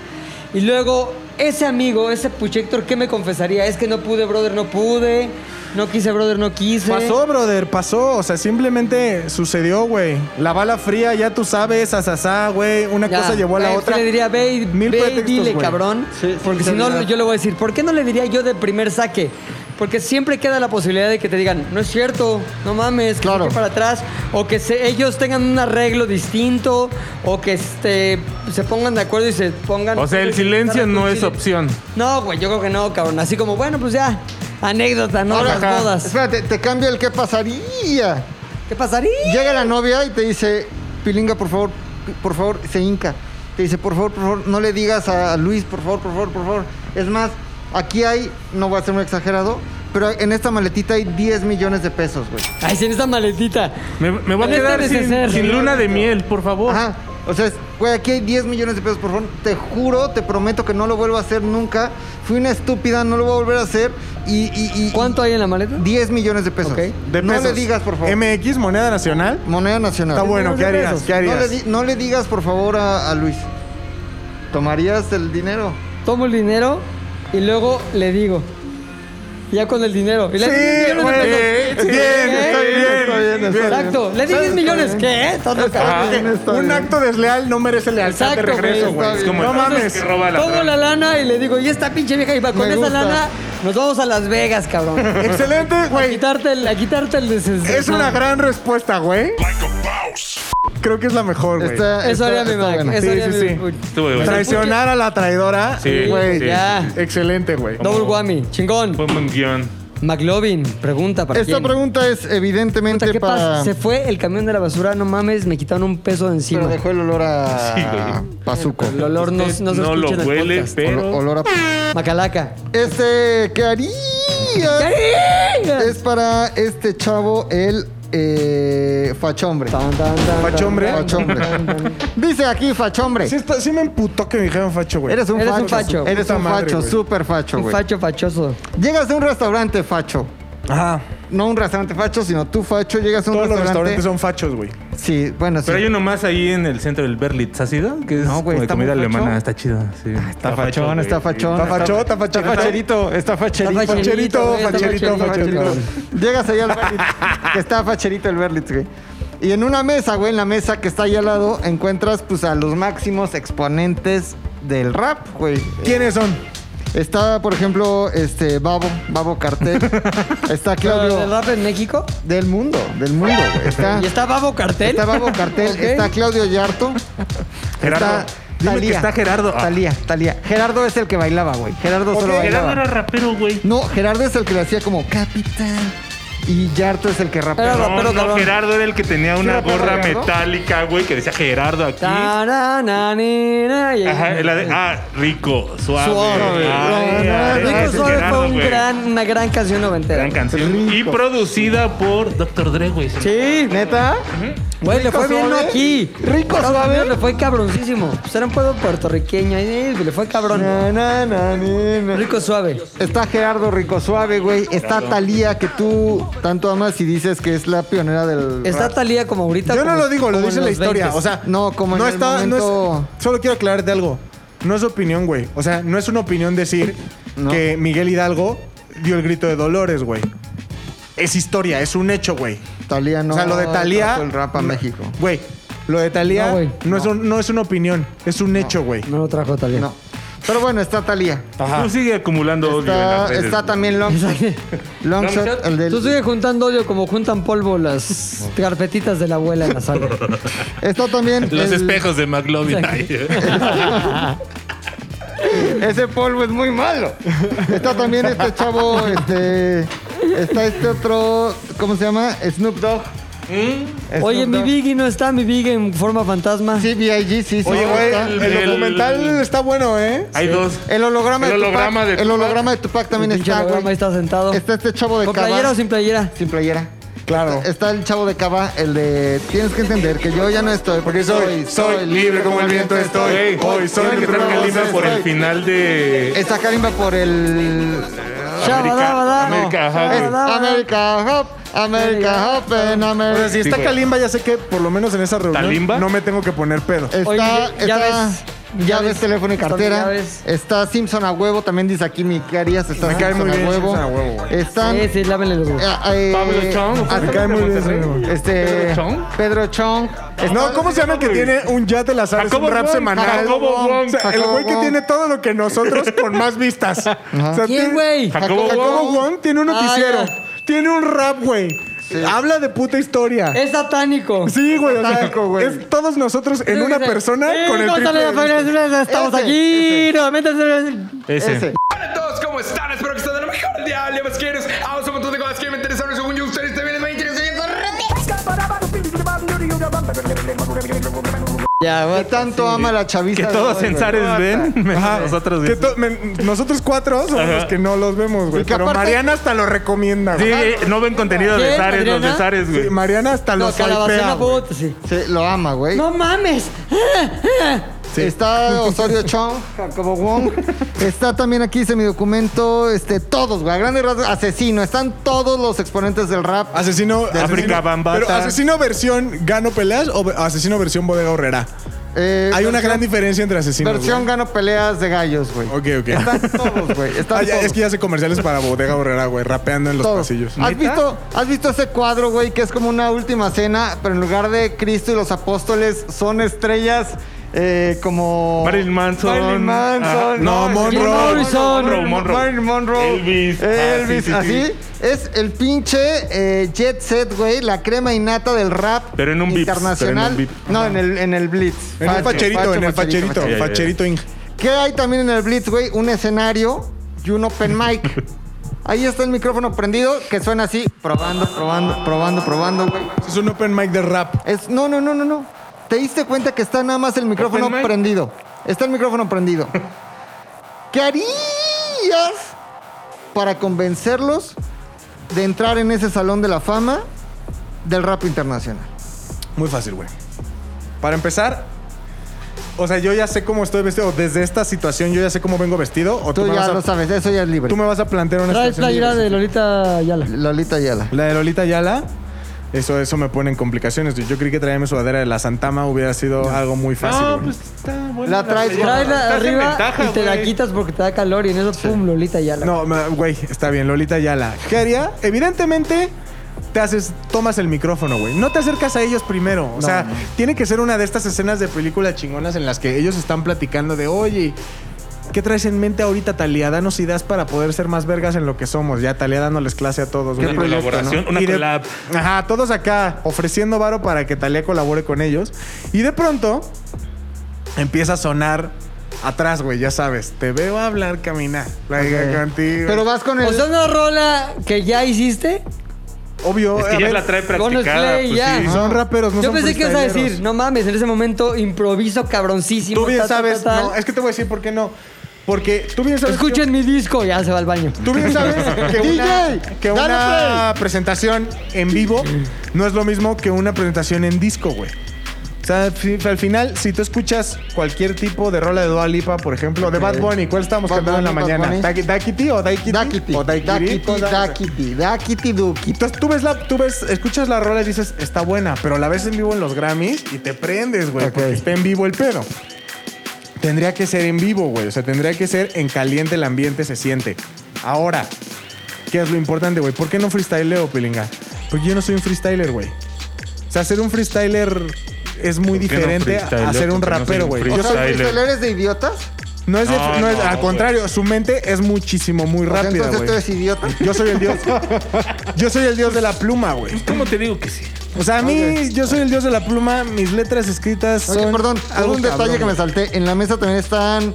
Y luego, ese amigo, ese Puchector, ¿qué me confesaría? Es que no pude, brother, no pude. No quise, brother, no quise.
Pasó, brother, pasó. O sea, simplemente sucedió, güey. La bala fría, ya tú sabes, asasá, güey. Una
Ya,
cosa llevó a la
güey,
otra.
Le diría, ve, y-
Mil
ve y
pretextos,
dile,
güey.
cabrón.
Sí,
porque
sí,
si no,
verdad.
yo le voy a decir, ¿por qué no le diría yo de primer saque? Porque siempre queda la posibilidad de que te digan, no es cierto, no mames, que
Claro.
saque para atrás, o que se- ellos tengan un arreglo distinto, o que este, se pongan de acuerdo y se pongan.
O sea, el silencio no es opción.
No, güey, yo creo que no, cabrón. Así como, bueno, pues ya, anécdota, no
Ahora,
las
ajá.
bodas.
Espérate, te cambio el qué pasaría.
¿Qué pasaría?
Llega la novia y te dice, Pilinga, por favor, pi- por favor, se hinca. Te dice, por favor, por favor, no le digas a Luis, por favor, por favor, por favor. Es más, aquí hay, no voy a ser muy exagerado, pero en esta maletita hay 10 millones de pesos, güey.
Ay, sin esta maletita.
Me, me voy a
Con este
quedar sin,
neceser.
sin luna de miel, por favor.
Ajá. Ah, O sea, es, güey, aquí hay 10 millones de pesos, por favor. Te juro, te prometo que no lo vuelvo a hacer nunca. Fui una estúpida, no lo voy a volver a hacer. Y, y, y-
¿Cuánto hay en la maleta?
10 millones de pesos.
Ok.
De
no le
pesos.
digas, por favor.
MX, moneda nacional.
Moneda nacional.
Está bueno, ¿qué harías? ¿Qué
No le,
harías?
di- no le digas, por favor, a, a Luis. ¿Tomarías el dinero?
tomo el dinero y luego le digo. Ya con el dinero. Y le
Sí,
di 10 millones de
güey.
pesos.
Bien,
¿Eh?
está bien, está bien, está bien.
Exacto, le di 10 millones. ¿Qué? Todo cagado.
Un acto desleal no merece lealtad
Exacto,
de regreso,
güey.
güey.
Es como
No
el-
mames.
que roba la
Tomo la lana y le digo, y esta pinche vieja, y va, con
Me
esa
gusta.
lana nos vamos a Las Vegas, cabrón.
*laughs* Excelente,
A
güey.
quitarte el, a quitarte el deses-
Es una gran respuesta, güey. Creo que es la mejor, güey.
Está-
Eso
está-
haría mi
está
Mac.
buena.
Eso
Sí,
haría
sí,
mi-
sí.
Estuvo bueno.
Traicionar a la traidora.
Sí,
güey. Eh,
sí.
Ya.
Excelente, güey.
Double whammy, chingón.
Fue un buen guión.
McLovin, pregunta para
Esta
quién.
pregunta es evidentemente
Puta, ¿Qué
para...
pasa? Se fue el camión de la basura, no mames, me quitaron un peso de encima.
Pero dejó el olor a...
Sí, güey.
Pazuco.
El olor no, no se
no
escucha
lo
en el
huele,
podcast.
pero.
Olor a...
Macalaca.
Este, ¿qué haría? Es para este chavo, el eh, fachombre.
Fachombre.
Fachombre. Dice aquí fachombre.
Sí, está- sí me emputó que me dijeron facho, güey.
Eres un
Eres
facho.
un facho.
Eres
Puta
un
madre,
facho,
güey.
súper facho,
Un
güey.
facho fachoso.
Llegas a un restaurante facho.
Ajá.
No un restaurante facho, sino tú facho. Llegas a un
Todos los
restaurante.
restaurantes son fachos, güey.
Sí, bueno, sí.
Pero hay uno más ahí en el centro del Berlitz, ¿has ido? Que es
No, güey,
como de
está
comida
muy facho.
alemana, está chido. sí.
Está fachón,
güey,
está
sí.
fachón.
Está facho, está facho.
Está facherito, está facherito.
Está
Facherito,
güey, está
facherito,
facherito.
facherito.
Llegas ahí al Berlitz,
*laughs*
que está facherito el Berlitz, güey. Y en una mesa, güey, en la mesa que está ahí al lado, encuentras pues a los máximos exponentes del rap, güey.
¿Quiénes son?
Está, por ejemplo, este Babo, Babo
*laughs*
Cartel. Está
¿Pero ¿Del
Claudio
rap en México?
del mundo, del mundo, güey. Está,
*laughs*
¿Y está Babo Cartel?
está Babo
*laughs*
Cartel,
Ok.
está Claudio Yarto.
Gerardo. Dime que está Gerardo. Ah.
Talía, Talía. Gerardo es el que bailaba, güey. Gerardo solo bailaba.
Gerardo era rapero, güey.
No, Gerardo es el que le hacía como capitán. Y Yarto es el que
Era
rapeaba.
No,
rapero,
no,
cabrón.
Gerardo era el que tenía una gorra metálica, güey, que decía Gerardo aquí.
Ta, na, na, ni, na, y-
Ajá, la de, ah, rico, suave.
Suave.
No,
Ay,
no,
ay,
no,
ay,
Rico
ese
Suave
Gerardo,
fue un
güey.
gran, una gran canción noventera.
Gran canción. Y producida por Dr. Dre, güey.
Sí,
¿Neta?
güey, le
Rico
fue bien
Suave.
aquí.
Rico
Estados
Suave.
Unidos Le fue cabroncísimo. Pues era un pueblo puertorriqueño, eh, le fue cabrón.
Na, na, na, ni, na.
Rico Suave.
Está Gerardo Rico Suave, güey. Está Talía, que tú tanto amas y dices que es la pionera del.
Está
rap.
Talía como ahorita.
Yo no
como-
lo digo, lo
como
dice
en
la
los
historia.
20s.
O sea,
No, como en
no
el
está, no
momento-
es. Solo quiero aclararte algo. No es opinión, güey. O sea, no es una opinión decir
No.
que Miguel Hidalgo dio el grito de Dolores, güey. Es historia, es un hecho, güey.
Talía no.
o sea, lo de Talía.
trajo el rap a
no,
México.
Güey, lo de Talía
No,
no,
güey.
es un- no es una opinión, es un hecho, güey.
no lo trajo Talía. *laughs*
No. Pero bueno, está Talía.
Tú sigue acumulando odio en las
Está,
redes,
está
güey.
también Longshot.
*laughs*
Longshot,
Longshot.
el
Tú
del.
sigues juntando odio como juntan polvo las carpetitas de la abuela en la
*laughs*
sala.
Está también.
Los
el-
espejos de McLovin.
Exacto.
Ay,
Ese polvo es muy malo. Está también este chavo, este. Está este otro, ¿cómo se llama? Snoop Dogg.
Oye, mi Biggie no está, mi Biggie en forma fantasma.
Sí, B.I.G., sí, sí.
Oye,
no,
güey,
está.
el,
El-
documental está bueno, ¿eh?
Hay dos.
El holograma
El
de Tupac.
holograma de
El
Tupac.
holograma de Tupac también
El pinche
está,
holograma
güey.
ahí está sentado.
Está este chavo de
¿Con
Cava.
playera o sin playera?
Sin playera.
Claro.
Está el chavo de Cava, el de. Tienes que entender que yo ya no estoy. Porque soy,
soy libre como el viento estoy.
Ey,
Hoy soy
¿saben
el
que traen
nuevo
Kalimba por el final de
Está Karimba por el.
Shabadabada.
América, ajá,
Shabadabada.
güey.
América Hop, América Hop en
O sea, si
América.
está
güey.
Kalimba, ya sé que por lo menos en esa reunión
¿Talimba?
no me tengo que poner pedo.
Eh,
Está,
Oye, ya-
está
llaves,
llaves,
llaves,
teléfono y
están
cartera.
llaves.
Está Simpson a huevo, también dice aquí mi Carias. Está
Me cae
Simpson
muy bien
a huevo.
Simpson a huevo, güey.
Están.
Sí, sí, lávenle los huevos.
eh, eh,
Pablo Chong.
ah,
Me cae muy bien ese güey.
Este,
¿Pedro Chong?
Pedro Chong. Está-
No, ¿cómo se llama el que tiene un yate las aves,
Jacobo
un rap
Wong,
semanal?
Jacobo Wong.
O sea, el
Jacobo
güey que
Wong.
tiene todo lo
*laughs*
que nosotros con más vistas. O sea,
¿Quién,
tiene-
güey?
Jacobo
Jacobo
Wong.
Wong tiene un
Ah,
noticiero.
ya.
Tiene un rap, güey. Habla de puta historia.
Es satánico.
Sí, güey. o sea,
Satánico, güey.
es todos nosotros en una persona
Eh,
con el
cóntale
triple
la
de
familia, Estamos
Ese,
aquí. nuevamente.
Ese.
Ese.
Hola a todos, ¿cómo están? Espero que estén de lo mejor del día, vasqueros. Vamos a un montón de cosas que me interesaron. Según yo, ustedes también les va a interesar.
Ya,
Que
güey.
tanto ama la
Que
chaviza. de
todos
hoy,
en
güey.
Zares ven, *laughs* menos nosotros.
Que to- men- nosotros cuatro somos
Ajá.
los que no los vemos, güey.
Y que
Pero
aparte-
Mariana hasta lo recomienda,
Sí,
güey.
eh, no ven contenido de
¿Quién,
Zares, los de
Adriana?
Zares,
Sí,
güey.
Mariana hasta
No,
los hypea,
calabacena,
güey.
puta, sí.
Sí, lo ama, güey.
No mames.
Está Osorio Chong, Jacobo Wong. Está también aquí, dice mi documento, este, todos, güey, a grandes rasgos, asesino. Están todos los exponentes del rap.
Asesino.
África
asesino-
Bambata.
Pero asesino versión gano peleas o ve- asesino versión bodega horrera.
Eh,
Hay una
versión-
gran diferencia entre asesinos.
Versión
güey.
gano peleas de gallos, güey.
Ok, ok.
Están todos,
*laughs*
güey. Están
Ah, ya,
todos.
es que ya hace comerciales para bodega horrera, güey. Rapeando en los
todos.
pasillos.
¿Has visto, ¿Has visto ese cuadro, güey, que es como una última cena, pero en lugar de Cristo y los apóstoles son estrellas eh, como...
Marilyn Manson.
Marilyn Manson.
Ah,
no, Monroe.
Jim Morrison.
Monroe, Monroe.
Marilyn Monroe.
Elvis.
Elvis,
Ah, sí, sí,
así.
sí.
Es el pinche eh, jet set, güey. La crema innata del rap
Pero en un Vips,
internacional.
pero en un Vips.
no, en el, en el Blitz.
En un
Facho,
facherito,
facho,
en el facherito.
facherito.
Facherito Inc.
¿Qué hay también en el Blitz, güey? Un escenario y un open
*laughs*
mic. Ahí está el micrófono prendido que suena así, probando, probando, probando, probando, güey.
Es un open mic de rap.
Es, no, no, no, no, no. Te diste cuenta que está nada más el micrófono
Open mic.
prendido. Está el micrófono prendido. ¿Qué harías para convencerlos de entrar en ese salón de la fama del rap internacional?
Muy fácil, güey. Para empezar, o sea, yo ya sé cómo estoy vestido. Desde esta situación yo ya sé cómo vengo vestido. O tú,
Tú
me,
ya
vas a,
lo sabes, eso ya es libre.
tú me vas a plantear una
Trae
situación.
playera
libre.
de Lolita Ayala.
Lolita Ayala.
La de Lolita Yala. Eso, eso me pone en complicaciones. Yo creí que traerme sudadera de la Santama hubiera sido algo muy fácil.
No,
güey.
pues está buena.
La traes,
playera.
Trae
Estás
la
en
arriba
ventaja,
y te la
güey.
quitas porque te da calor y en eso, pum, Lolita Ayala.
No, ma- güey, está bien, Lolita Yala. ¿Qué haría? Evidentemente, te haces, tomas el micrófono, güey. No te acercas a ellos primero. O sea, tiene que ser una de estas escenas de películas chingonas en las que ellos están platicando de, oye, ¿qué traes en mente ahorita, Talía? Danos ideas para poder ser más vergas en lo que somos. Ya, Talía dándoles clase a todos,
Una
güey.
colaboración, una
Y de-
collab.
Ajá, todos acá ofreciendo varo para que Talía colabore con ellos. Y de pronto empieza a sonar atrás, güey, ya sabes. Te veo hablar, caminar. Like, contigo.
Pero vas con el.
O sea, una rola que ya hiciste,
obvio,
Es
a
que ya
ver,
la trae
pones
practicada.
play
pues
ya.
sí.
Ajá.
son raperos, no
yo
son
pensé que ibas a
freestyleros.
decir, no mames, en ese momento improviso cabroncísimo.
Tú bien
ta, ta, ta,
sabes,
tal.
no, es que te voy a decir por qué no. Porque tú bien sabes.
Escuchen mi disco, ya se va al baño.
Tú bien
*laughs*
sabes que una,
DJ,
que
dale
una presentación en vivo no es lo mismo que una presentación en disco, güey. O sea, fi- al final, si tú escuchas cualquier tipo de rola de Dua Lipa, por ejemplo, de Bad Bunny, ¿cuál estamos
Bad
cantando en la
Bunny, Bad
mañana?
Bunny.
Daki- ¿Dakiti o Daikiti?
Dakiti.
O Daikiri,
Dakiti,
cosas-
Dakiti, Dakiti, Duki.
Entonces tú ves la, tú ves, escuchas la rola y dices, está buena, pero la ves en vivo en los Grammys y te prendes, güey,
Ok.
porque está en vivo el pedo. Tendría que ser en vivo, güey. O sea, tendría que ser en caliente el ambiente se siente. Ahora, ¿qué es lo importante, güey? ¿Por qué no freestyleo, Pilinga? Porque yo no soy un freestyler, güey. O sea, ser un freestyler es muy
¿Por qué no
diferente a
freestyleo?
ser un
Porque no soy
rapero,
un
güey.
freestyle.
O
Yo soy-
sea,
Tyler.
¿eres de idiotas?
no es, de-
No,
no es-
no,
al
güey.
contrario, su mente es muchísimo, muy
O sea,
rápida,
entonces tú
güey.
eres idiota.
Yo soy el dios. Yo soy el dios de la pluma, güey.
Pues, ¿Cómo te digo que sí?
O sea, a mí, yo soy el dios de la pluma, mis letras escritas
Oye,
son...
perdón,
algo
algún detalle
cabrón,
que me
güey.
salté. En la mesa también están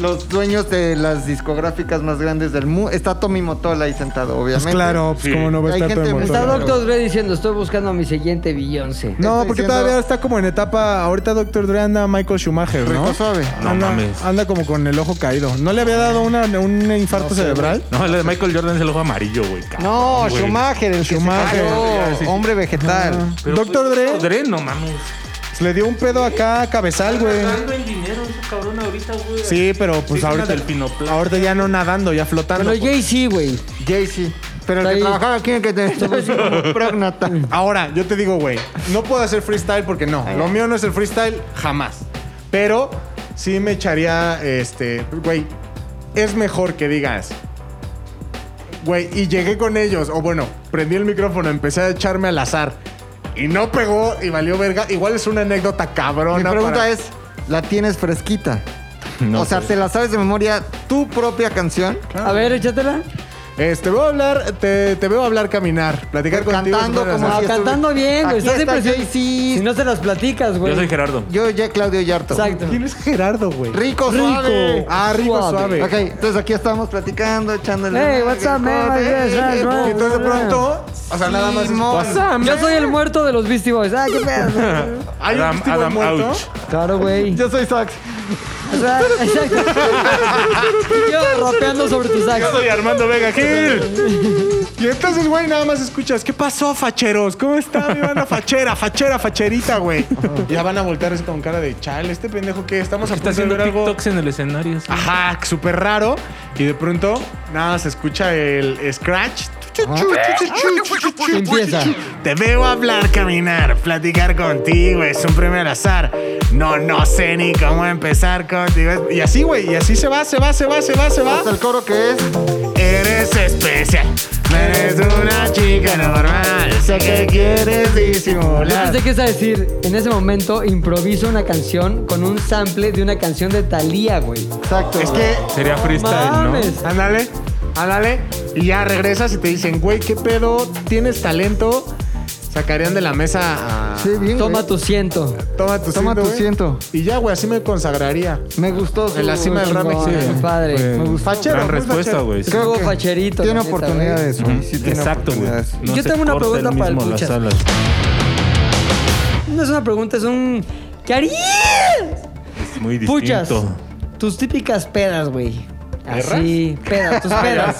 los dueños de las discográficas más grandes del mundo. Está Tommy Motola ahí sentado, obviamente.
Pues claro, pues cómo no va a
Hay
estar
gente
todo
muy-
emocionado.
Está
Doctor Dre diciendo, estoy buscando a mi siguiente Beyoncé.
No,
Estoy
porque
diciendo-
todavía está como en etapa. Ahorita Doctor Dre anda Michael Schumacher, ¿no?
Rico suave.
No
anda,
mames.
anda como con el ojo caído. ¿No le había dado una, un infarto cerebral?
No, el de Michael Jordan es el ojo amarillo, güey. cabrón,
No,
güey.
Schumacher, el que se
Schumacher.
cayó,
Sí, sí.
hombre vegetal.
Pero,
Doctor Dre
Doctor Dre, no mames.
le dio un pedo acá a cabezal, güey.
Nadando en dinero ese cabrón ahorita, güey.
Sí, pero pues
Sí,
ahorita.
del Pinoplast.
Ahorita ya no nadando, ya flotando.
Bueno, Jay-Z, güey.
Jay-Z. Pero el
Está
que
ahí.
trabajaba aquí, el que te como prógnata.
Ahora, yo te digo, güey, no puedo hacer freestyle porque no. Lo mío no es el freestyle jamás. Pero sí me echaría, este, güey, es mejor que digas, güey, y llegué con ellos, o bueno, prendí el micrófono, empecé a echarme al azar. Y no pegó y valió verga. Igual es una anécdota cabrona.
Mi pregunta
para-
es, ¿la tienes fresquita? o sea, ¿te la sabes de memoria tu propia canción?
A ver, échatela.
Este, voy a hablar, te, te veo hablar caminar, platicar contigo.
Cantando
sobre
como
las-
Ah,
estuve-
cantando bien,
Aquí
güey. Estás
está
impresionante.
Jay-Z.
Si no se las platicas, güey.
Yo soy Gerardo.
Yo ya Claudio Yarto.
Exacto.
¿Quién es Gerardo, güey?
Rico, suave.
Ah, rico, suave.
Suave.
Ok, entonces aquí estamos platicando, echándole.
Hey, what's up, man?
Hey,
Yes,
hey,
right,
Y
hey.
right.
entonces de pronto, o sea, nada más. es-
Simón.
Ah,
Yo soy el muerto de los Beastie Boys. Ah, qué pedo.
¿Hay un
Adam-
Steve
Adam
muerto?
Ouch.
*laughs* Claro, güey.
Yo soy Sax.
O sea, exacto. *laughs* Y Yo rapeando sobre tu sax.
Yo soy Armando Vega Gil.
Y entonces, güey, nada más escuchas, ¿qué pasó, facheros? ¿Cómo está mi banda fachera, fachera, facherita, güey? Ya van a voltear así con cara de, chale, este pendejo que estamos a
Está
punto de
haciendo
ver algo...
TikToks en el escenario. sí.
Ajá, súper raro. Y de pronto, nada, se escucha el scratch.
Empieza.
Te veo hablar, caminar, platicar contigo, es un primer azar. No, no sé ni cómo empezar contigo. Y así, güey, y así se va, se va, se va, se va, se va.
Hasta el coro que es.
Eres especial. Eres una chica normal. Sé que quieres
Yo
disimular.
pensé que es a decir, en ese momento improviso una canción con un sample de una canción de Thalía, güey.
Exacto.
Es que.
Sería freestyle, ¿no?
Mames.
Ándale, ándale. Y ya regresas y te dicen, güey, ¿qué pedo? ¿Tienes talento? Sacarían de la mesa a.
Sí, bien.
Toma
güey.
tu ciento.
Toma tu
Toma tu
güey.
ciento.
Y ya, güey, así me consagraría.
Me gustó. su-
En la cima del rap
Chingón,
mexicano.
padre. Me gustó.
Fachero,
Gran
muy
respuesta,
fachero.
güey. sí.
Creo
Luego
que
facherito.
Tiene
la neta, güey.
oportunidades, güey. Sí, tiene
Exacto, güey.
oportunidades.
No
Yo
se
tengo una
corta
pregunta
el
para el
mismo las
Puchas.
alas.
No es una pregunta, es un. ¿Qué harías?
Es muy distinto.
Puchas. Tus típicas pedas, güey. Así, pedas, tus pedas.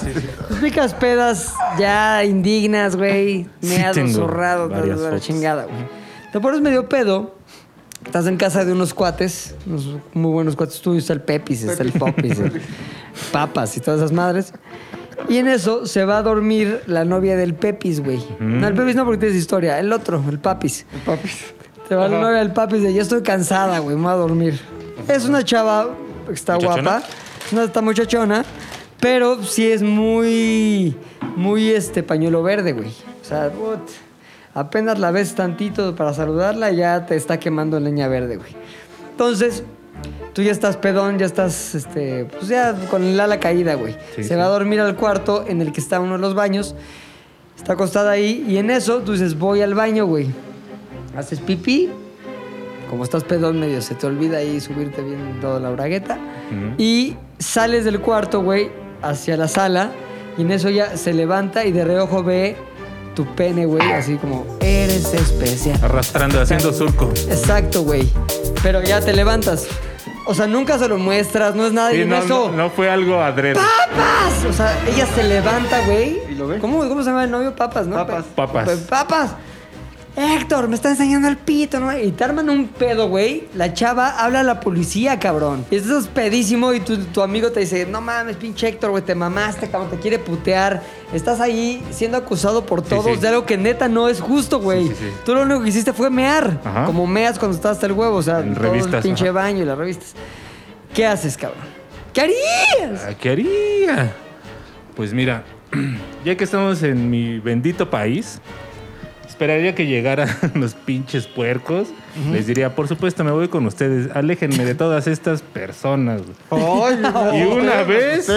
Tus típicas pedas ya indignas, güey.
Sí
Meado,
tengo
zurrado, de
varias
la
fotos.
chingada, güey. Te pones medio pedo. Estás en casa de unos cuates, unos muy buenos cuates tuyos. Está el Pepis, está el Popis, el Papas y todas esas madres. Y en eso se va a dormir la novia del Pepis, güey. No, el Pepis no porque tienes historia. El otro, el Papis. Te va la novia del papi y dice, ya estoy cansada, güey, me voy a dormir. Es una chava que está
¿Muchachona?
guapa, es una está muchachona, pero sí es muy, muy este pañuelo verde, güey. O sea, what? apenas la ves tantito para saludarla y ya te está quemando leña verde, güey. Entonces, tú ya estás pedón, ya estás, este, pues ya con el ala caída, güey.
Sí,
Se
sí.
va a dormir al cuarto en el que está uno de los baños. Está acostada ahí y en eso tú dices, voy al baño, güey. Haces pipí. Como estás pedón medio, se te olvida ahí subirte bien toda la bragueta. Y sales del cuarto, güey, hacia la sala. Y en eso ya se levanta y de reojo ve tu pene, güey, así como, eres especial.
Arrastrando, haciendo surco.
Exacto, güey. Pero ya te levantas. O sea, nunca se lo muestras, no es nada.
Sí,
y en
no,
eso,
no, no fue algo adrede.
¡papas! O sea, ella se levanta, güey. ¿Cómo, cómo se llama el novio? Papas, ¿no?
Papas.
Pe-
Papas.
pe- papas. Héctor, me está enseñando el pito, ¿no? Y te arman un pedo, güey. La chava habla a la policía, cabrón. Y estás pedísimo y tu, tu amigo te dice, no mames, pinche Héctor, güey, te mamaste, cabrón, te quiere putear. Estás ahí siendo acusado por todos
sí.
de algo que neta no es justo, güey.
Sí, sí, sí.
Tú lo único que hiciste fue mear.
Ajá.
Como meas cuando estás hasta el huevo, o sea,
En
todo el
revistas,
pinche
ajá.
baño y las revistas. ¿Qué haces, cabrón? ¿Qué harías?
Ah, ¿Qué haría? Pues mira, *clears throat* ya que estamos en mi bendito país, esperaría que llegaran *laughs* los pinches puercos. Les diría, por supuesto, me voy con ustedes. Aléjenme de todas estas personas. güey". *laughs* y una vez,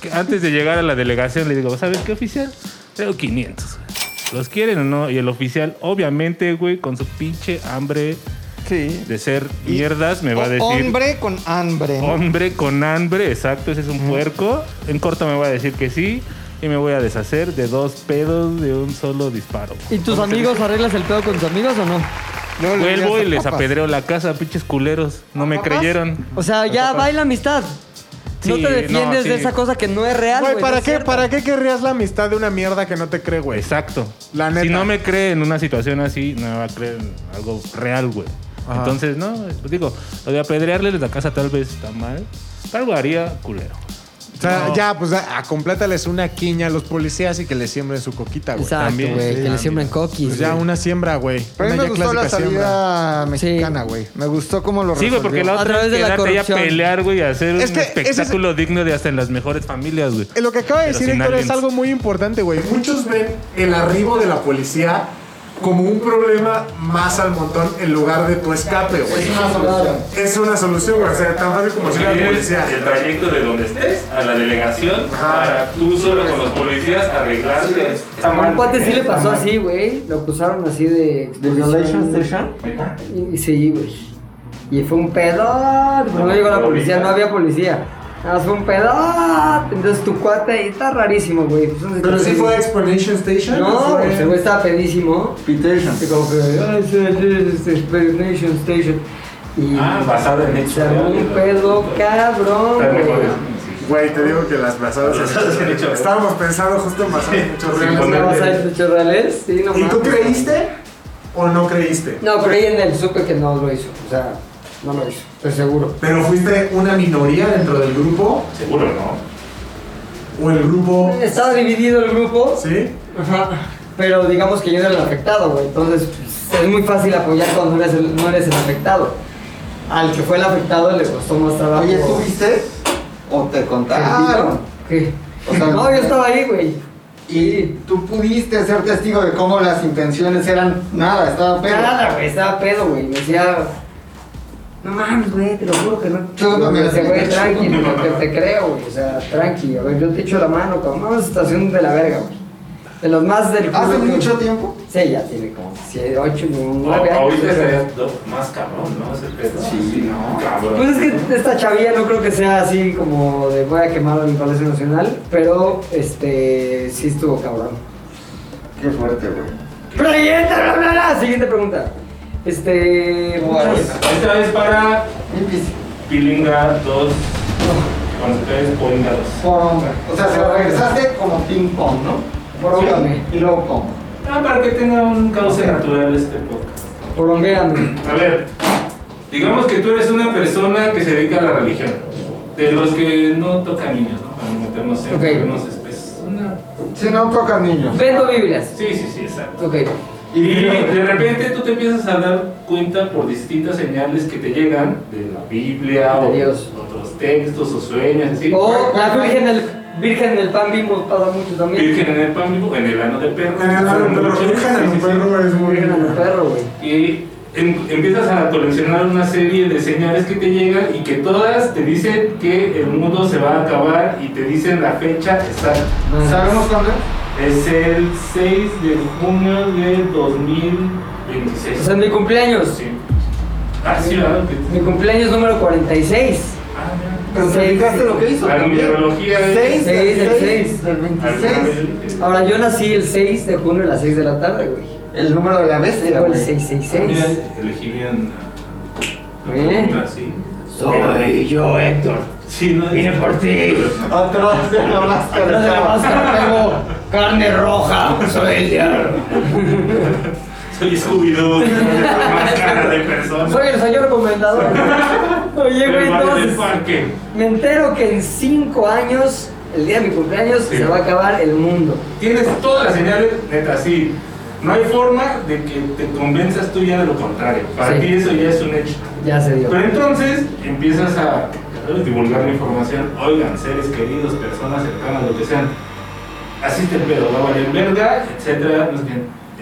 que antes de llegar a la delegación, le digo, ¿sabes qué oficial? Tengo 500. güey. ¿Los quieren o no? Y el oficial, obviamente, güey, con su pinche hambre
Sí.
de ser mierdas, me va a decir.
Hombre con hambre. ¿no?
Hombre con hambre, exacto, ese es un puerco. En corto me va a decir que sí y me voy a deshacer de dos pedos de un solo disparo.
¿Y tus amigos arreglas el pedo con tus amigos o no?
Vuelvo y les apedreo la casa, pinches culeros. No me creyeron.
O sea, ya
Papás.
baila amistad. no
Sí,
te defiendes
no, sí.
de esa cosa que no es real,
Güey,
güey. no
¿para,
es
qué,
cierta.
¿para qué querrías la amistad de una mierda que no te cree, güey?
Exacto.
La neta.
Si no me cree en una situación así, no me va a creer en algo real, güey.
Ajá.
Entonces, no, pues digo, lo de apedrearles la casa tal vez está mal. pero Algo haría culero.
O sea,
No.
ya, pues a, a- complátales una quiña a los policías y que les siembren su coquita, güey.
Exacto,
También,
güey.
sí,
que le
también.
siembren coquis.
Pues ya
güey.
una siembra, güey.
Pero a mí
Una
me
ya
gustó la
clásica
salida mexicana, güey. Me gustó cómo lo
Sí, güey, porque la
A
otra
través
es
de la
quedarte ahí a
corrupción.
pelear, güey, y hacer
Es
un
que ese es-
espectáculo digno de hasta en las mejores familias, güey.
Eh, Lo que acaba de
Pero
decir
sin
Héctor es
aliens.
algo muy importante, güey. Muchos ven el arribo de la policía como un problema más al montón en lugar de tu escape, güey. Es una solución, güey. O sea, tan fácil como si la policía.
el trayecto de donde estés a la delegación para tú solo con los policías arreglarte.
A un cuate sí le pasó así, güey. Lo acusaron así de. ¿De violation station? Y, y sí, güey. Y fue un pedote. Pero no llegó la policía, no había policía. Nada más fue un pedote. Entonces tu cuate ahí está rarísimo, güey. Pues, Pero sí fue
Explanation Station.
No, pues el güey estaba pedísimo. Pitation. Y como que. "Ay, sí, este, sí, sí, Explanation station. Y
Ah, basado en hechos
se armó un pedo cabrón, güey.
Güey, te digo que las pasadas. Estábamos pensando justo en pasar muchos
¿Una basada en hechos reales? Sí, no mames.
o no creíste?
No, creí en él, supe que no lo hizo. O sea, no lo hizo, estoy seguro.
Pero fuiste una minoría dentro del grupo
Seguro, ¿no?
o el grupo.
Estaba dividido el grupo,
¿Sí?
ajá, pero digamos que yo era el afectado, güey. Entonces, pues, es muy fácil apoyar cuando no eres el, no eres el afectado. Al que fue el afectado le costó más trabajo.
Oye, ¿tú viste? ¿O te
¿Sentido?
contaron?
¿Qué?
O sea,
no, yo estaba ahí, güey.
Y tú pudiste ser testigo de cómo las intenciones eran nada, estaba pedo.
Nada, güey, estaba pedo, güey. Me decía, no mames, güey, te lo juro que no.
Chúpame,
me decía, güey,
chúpame.
tranqui, porque te creo, güey. O sea, tranqui, a ver, yo te echo la mano, cabrón. Vamos a estación de la verga, güey. De los más del culo
¿Hace
que-
mucho tiempo?
Sí, ya tiene como 7, 8, 9 años. yo creo.
más cabrón, ¿no?
Sí, no.
Pues es que esta chavilla no creo que sea así como de voy a quemar a mi Palacio Nacional, pero este sí estuvo cabrón.
Qué fuerte, güey.
Pero siguiente, bla, bla, bla, siguiente pregunta. Este.
Pues,
muchas-
Esta es para
Difícil.
Pilinga 2. Con ustedes, Pilinga 2.
Oh.
Por hombre. O sea, se lo regresaste como ping pong, ¿no? Por hombre. Y luego pong.
Ah, para que tenga un cauce natural este podcast.
Poronguéame.
A ver, digamos que tú eres una persona que se dedica a la religión, de los que no toca niños, ¿no? Para no meternos en
Ok.
terrenos espesos. Una-
Si no tocan niños.
Vendo Biblias.
Sí, sí, sí, exacto.
Ok.
Y de repente tú te empiezas a dar cuenta por distintas señales que te llegan de la Biblia
De
o
Dios. Oh,
otros textos o sueños, así.
O la Virgen del, Virgen del Pan Bimbo pasa mucho también.
Virgen en el pan vivo, en el ano de perro.
En el ano de perro,
Sí,
virgen en
sí,
un
sí.
perro es muy.
Virgen del Perro, güey.
y em- empiezas a coleccionar una serie de señales que te llegan y que todas te dicen que el mundo se va a acabar y te dicen la fecha exacta.
¿Sabemos cuándo?
Es el 6 de junio de 2026.
O sea, mi cumpleaños.
Sí. Ah, sí, ¿verdad?
Mi cumpleaños número 46.
Ah, mira.
Pero te fijaste lo que hizo.
La numerología ¿eh? es-
Seis del
Seis del
seis
seis.
del 26.
Ahora, yo nací el 6 de junio a las 6 de la tarde, güey.
El número de la bestia,
Tengo el
güey.
Mira,
666.
elegí bien. la- la
Bien.
pregunta, sí.
Soy yo, Héctor.
Sí, no
Vine por ti.
Atrás de la máscara.
Atrás de la
estaba.
máscara tengo carne roja. Soy el diablo.
Soy Scooby-Doo. Máscara de persona.
Soy el señor comendador. Oye, güey,
El vale del
entonces.
parque.
Me entero que en 5 años, el día de mi cumpleaños,
Sí.
se va a acabar el mundo.
Tienes todas las señales, neta, sí. No hay forma de que te convenzas tú ya de lo contrario. Para
Sí.
ti eso ya es un hecho.
Ya se dio.
Pero entonces empiezas a ¿sabes? divulgar la información. Oigan, seres queridos, personas cercanas, lo que sean. Así te pedo, va a valer verga, etcétera, no sé,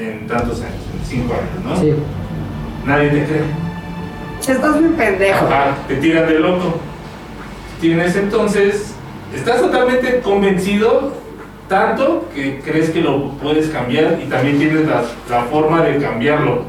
en, en tantos años, en cinco años, ¿no?
Sí.
Nadie te cree.
Estás muy pendejo.
Ajá, te tiran de loco. Tienes entonces, estás totalmente convencido tanto que crees que lo puedes cambiar y también tienes la, la forma de cambiarlo.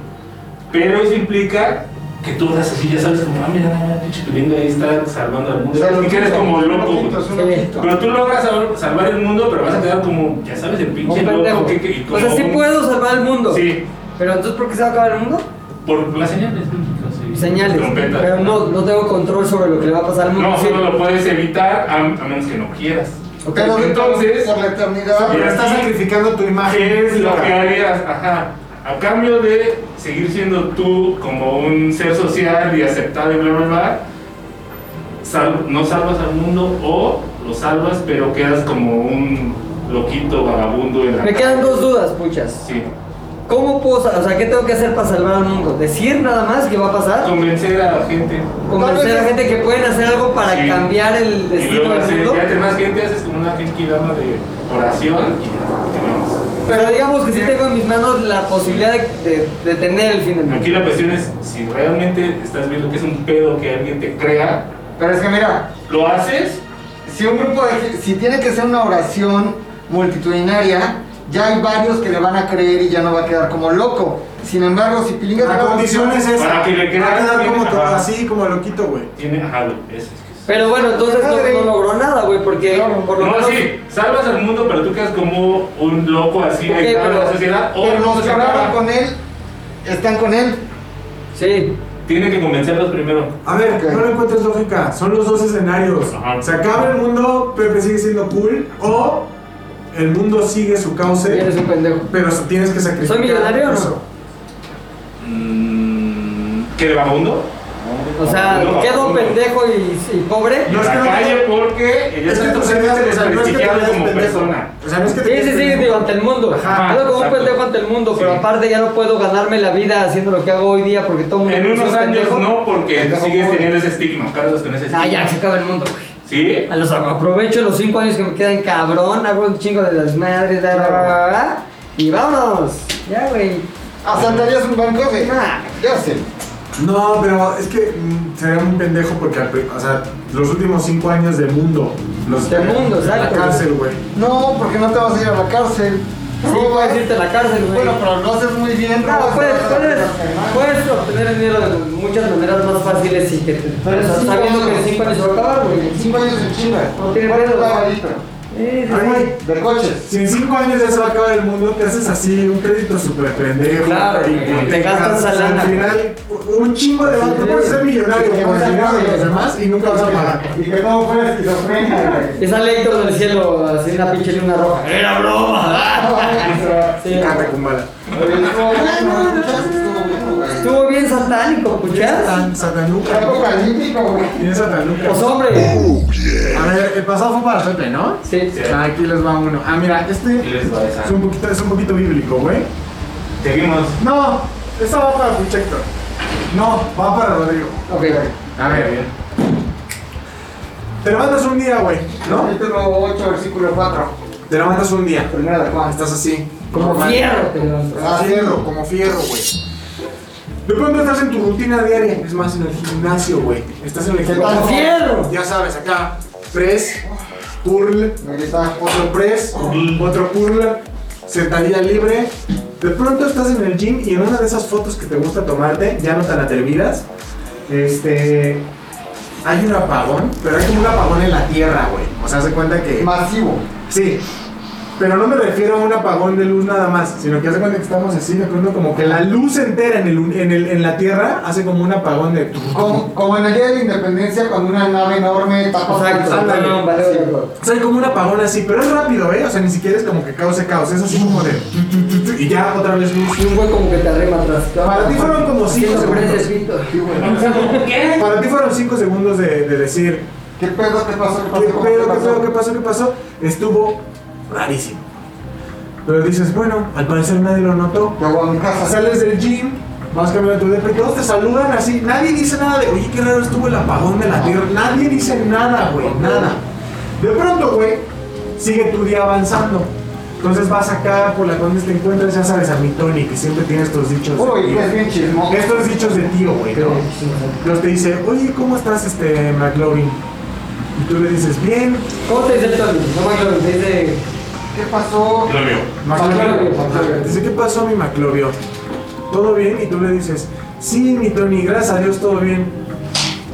Pero eso implica que tú das así, ya sabes, como, ah, mira, mira, pinche pilinga ahí está salvando al mundo.
O sea,
y que eres
loquito,
como
es un
loco, güey.
loquito, es un loquito.
Pero tú logras sal- salvar el mundo, pero vas a quedar como, ya sabes, el pinche
Un pendejo.
loco. Que, que- y
O sea,
como
sí
un-
puedo salvar el mundo.
Sí.
Pero entonces, ¿por qué se va a acabar el mundo? Pues
Por las señales. sí.
Señales.
Trompetas.
Pero no, no tengo control sobre lo que le va a pasar al mundo.
No,
Sí.
solo lo puedes evitar a, a menos que no quieras.
Pero
entonces,
por la eternidad,
y
pero estás
aquí,
sacrificando tu imagen.
¿Qué es lo que harías? Ajá. A cambio de seguir siendo tú como un ser social y aceptado y bla, bla, bla, sal- no salvas al mundo o lo salvas, pero quedas como un loquito vagabundo en la
Me quedan dos dudas, puchas.
Sí.
¿Cómo puedo, sa- o sea, qué tengo que hacer para salvar al mundo? ¿Decir nada más que va a pasar?
Convencer a la gente.
Convencer a la gente que pueden hacer algo para
Sí.
cambiar el
Y
destino
luego
del
haces,
mundo.
ya entre más gente haces como una quinquilama de oración y
Pero digamos que sí tengo en mis manos la posibilidad de, de- de tener el fin del mundo.
Aquí la cuestión es si realmente estás viendo que es un pedo que alguien te crea.
Pero es que mira,
¿lo haces?
Si un grupo de, si tiene que ser una oración multitudinaria, ya hay varios que le van a creer y ya no va a quedar como loco. Sin embargo, si Pilinga
La
trabaja-
condición es esa.
Para que
Va
le
a
creas,
quedar
tiene-
como todo
ajá.
así, como loquito, güey.
Tiene, ajá, güey, es- es-
Pero bueno, entonces no, no logró nada, güey, porque por lo
no,
menos...
sí, salvas al mundo, pero tú quedas como un loco así
Ok,
de la
pero-
sociedad. O
pero
Oh, no
los
se
que hablaron
acaba.
con él están con él.
Sí.
Tiene que convencerlos primero.
A ver, no le encuentres lógica. Son los dos escenarios. Se acaba el mundo, Pepe sigue siendo cool, o el mundo sigue su cauce.
Eres un pendejo.
Pero tienes que sacrificar.
¿Soy millonario o no?
eso.
Mm, ¿Que de vagabundo?
O sea, quedo pendejo y, y pobre.
No es que no- calle porque ya Es que tú estás serías- o sea, no es que te desprestigiado veas como pendejo. persona.
O sea, no es que te
sí,
veas
sí, sí,
pendejo.
digo, ante el mundo.
Ajá,
quedo como un
exacto.
pendejo ante el mundo, pero aparte ya no puedo ganarme la vida haciendo lo que hago hoy día porque todo el mundo...
En
me
unos
considera
años
pendejo.
no, porque
Pendejo
sigues
pobre.
teniendo ese estigma. Carlos con ese estigma.
Ah, ya, se acaba el mundo, güey.
¿Sí?
A los aprovecho los cinco años que me quedan cabrón, hago un chingo de las madres, da, da, da, da, da, y vámonos. Ya, güey.
¿Asaltarías un banco, güey?
Nah.
Ya sé.
No, pero es que mm, sería un pendejo porque, al pri- o sea, los últimos cinco años de mundo. Los
De mundo,
en la
exacto.
cárcel, güey.
No, porque no te vas a ir a la cárcel. Robas.
puedes irte a la cárcel, güey.
Bueno, pero lo haces muy bien.
No,
robas,
puedes,
te vas a la
puedes,
cárcel, ¿no?
puedes obtener el dinero de muchas maneras más fáciles y que te.
Pero
o sea,
sí,
sabiendo
vamos.
que en cinco años se va a acabar, güey.
Cinco años en chinga.
No tiene pedo. Eh,
Ay, güey,
De coches.
Si en cinco años ya se va a acabar el mundo, te haces así un crédito súper pendejo.
Claro,
y-
güey,
y-
te
y-
gastas
o sea,
la lana.
Al final, un chingo de banco. Puedes ser millonario
Sí,
con el
sí,
dinero de
sí.
los demás y nunca vas a pagar.
Y que no fuera esquizofrenia, güey.
Y sale Héctor del cielo, así una pinche luna roja. ¡Era broma! Sí.
Canta con bala.
Estuvo bien satánico, ¿escuchas?
Tan satanuca.
Apocalíptico, güey.
Tiene satanuca.
Pues hombre.
Uh. A ver, el pasado fue para Pepe, ¿no?
Sí.
Ah, aquí les va uno. Ah, mira, este
les va esa.
es un poquito, es un poquito bíblico, güey.
Seguimos.
No, esa va para Puchector. No, va para Rodrigo.
Ok, ok.
A ver. Te levantas un día, güey, ¿no?
Capítulo 8, versículo 4.
Te levantas un día.
Primera de Juan.
Estás así.
Como
normal.
fierro, te levantas.
Como Ah, fierro, como fierro, güey. De pronto estás en tu rutina diaria. Es más, en el gimnasio, güey. Estás en el gimnasio.
¡Como fierro!
Ya sabes, acá. Press, curl,
Ahorita.
otro press, otro curl, sentadilla libre. De pronto estás en el gym y en una de esas fotos que te gusta tomarte, ya no tan atrevidas, este. Hay un apagón, pero hay como un apagón en la tierra, güey. O sea, se cuenta que.
Masivo.
Sí. Pero no me refiero a un apagón de luz nada más, sino que hace cuenta que estamos así, de pronto como que la luz entera en, el, un- en, el- en la tierra hace como un apagón de...
Como, como en el día de la independencia, cuando una nave enorme tapa
Ah,
Exacto.
Ándale.
No, vale,
Sí.
vale, vale.
O sea, hay como un apagón así, pero es rápido, ¿eh? O sea, ni siquiera es como que cause caos, es así como de... tu, tu, tu, tu, Y ya otra vez luz.
Y un güey como que te arrima atrás.
Para ti fueron como
Sí,
5
no se prende
segundos.
el
*laughs*
pito.
Para ti fueron 5 segundos de, de decir...
¿Qué pedo? ¿Qué pasó? ¿Qué pasó?
¿Qué pedo? ¿Qué pedo? ¿Qué pasó? ¿Qué pasó? Estuvo rarísimo. Pero dices, bueno, al parecer nadie lo notó.
Yo voy a mi casa.
Sales del gym, vas caminando tu depa y todos te saludan así. Nadie dice nada de, oye, qué raro estuvo el apagón de la tierra. Nadie dice nada, güey, nada. De pronto, güey, sigue tu día avanzando. Entonces vas acá por la donde te encuentras, ya sabes, a mi Tony, que siempre tiene estos dichos. de
Uy,
tío.
es bien chismoso.
Estos dichos de tío, güey. ¿no? Entonces te dice, oye, ¿cómo estás, este, McLovin? Y tú le dices, bien.
¿Cómo te dice el Tony? No me acuerdo, te dice.
¿Qué pasó?
Lo mío.
McLovin. Dice, ¿qué pasó, mi McLovio? ¿Todo bien? Y tú le dices, Sí, mi Tony, gracias a Dios, todo bien.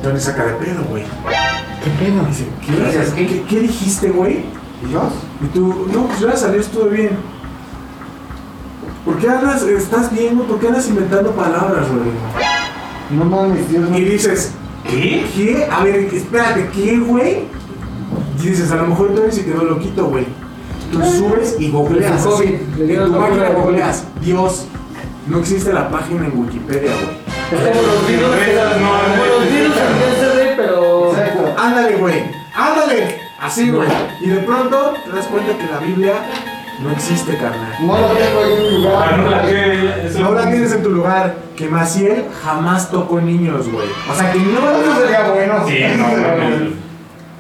Tony saca de pedo, güey. ¿Qué pedo? Dice, ¿qué?
Gracias,
¿Qué, qué dijiste, güey? ¿Y yo? Y tú, no, pues gracias a Dios, todo bien. ¿Por qué andas, estás bien, güey? ¿Por qué andas inventando palabras, güey? No mames, Dios Y dices, ¿qué? ¿Qué? A ver, espérate, ¿qué, güey? Y dices, a lo mejor Tony se quedó loquito, güey. Tú subes y googleas.
Le dio
así,
COVID, le dio
En tu
COVID,
máquina
güey.
googleas. Dios, no existe la página en Wikipedia, güey.
Es como los virus que- como los virus en
de pero. Exacto. Ándale, güey. Ándale. Así, güey. Y de pronto te das cuenta que la Biblia no existe, carnal.
No la tengo en mi lugar.
Ah, No la
tienes.
No la tienes en tu lugar. Que Maciel jamás tocó niños, güey. O sea, que no.
Eso sería bueno.
Sí, no, güey.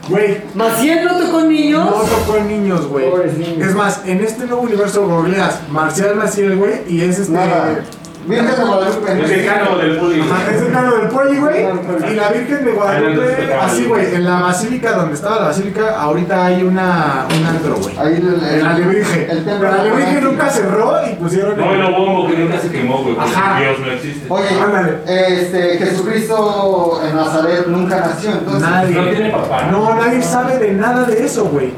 Güey.
¿Maciel no tocó niños?
No tocó niños, güey. Es más, en este nuevo universo googleas Marcial Maciel, güey, y es este.
Virgen de Guadalupe.
Es
El decano del poli.
Ajá, Es el decano del poli, güey. Y la Virgen de Guadalupe, así, güey, en la basílica donde estaba la basílica, ahorita hay una, un antro, güey. Ahí el alebrije. El
templo.
alebrije nunca cerró y pusieron.
No,
el-
el obombo que nunca se quemó, güey, porque
Ajá.
Dios no existe.
Oye, este, Jesucristo en Nazaret nunca nació, entonces.
Nadie. No, nadie sabe de nada de eso, güey.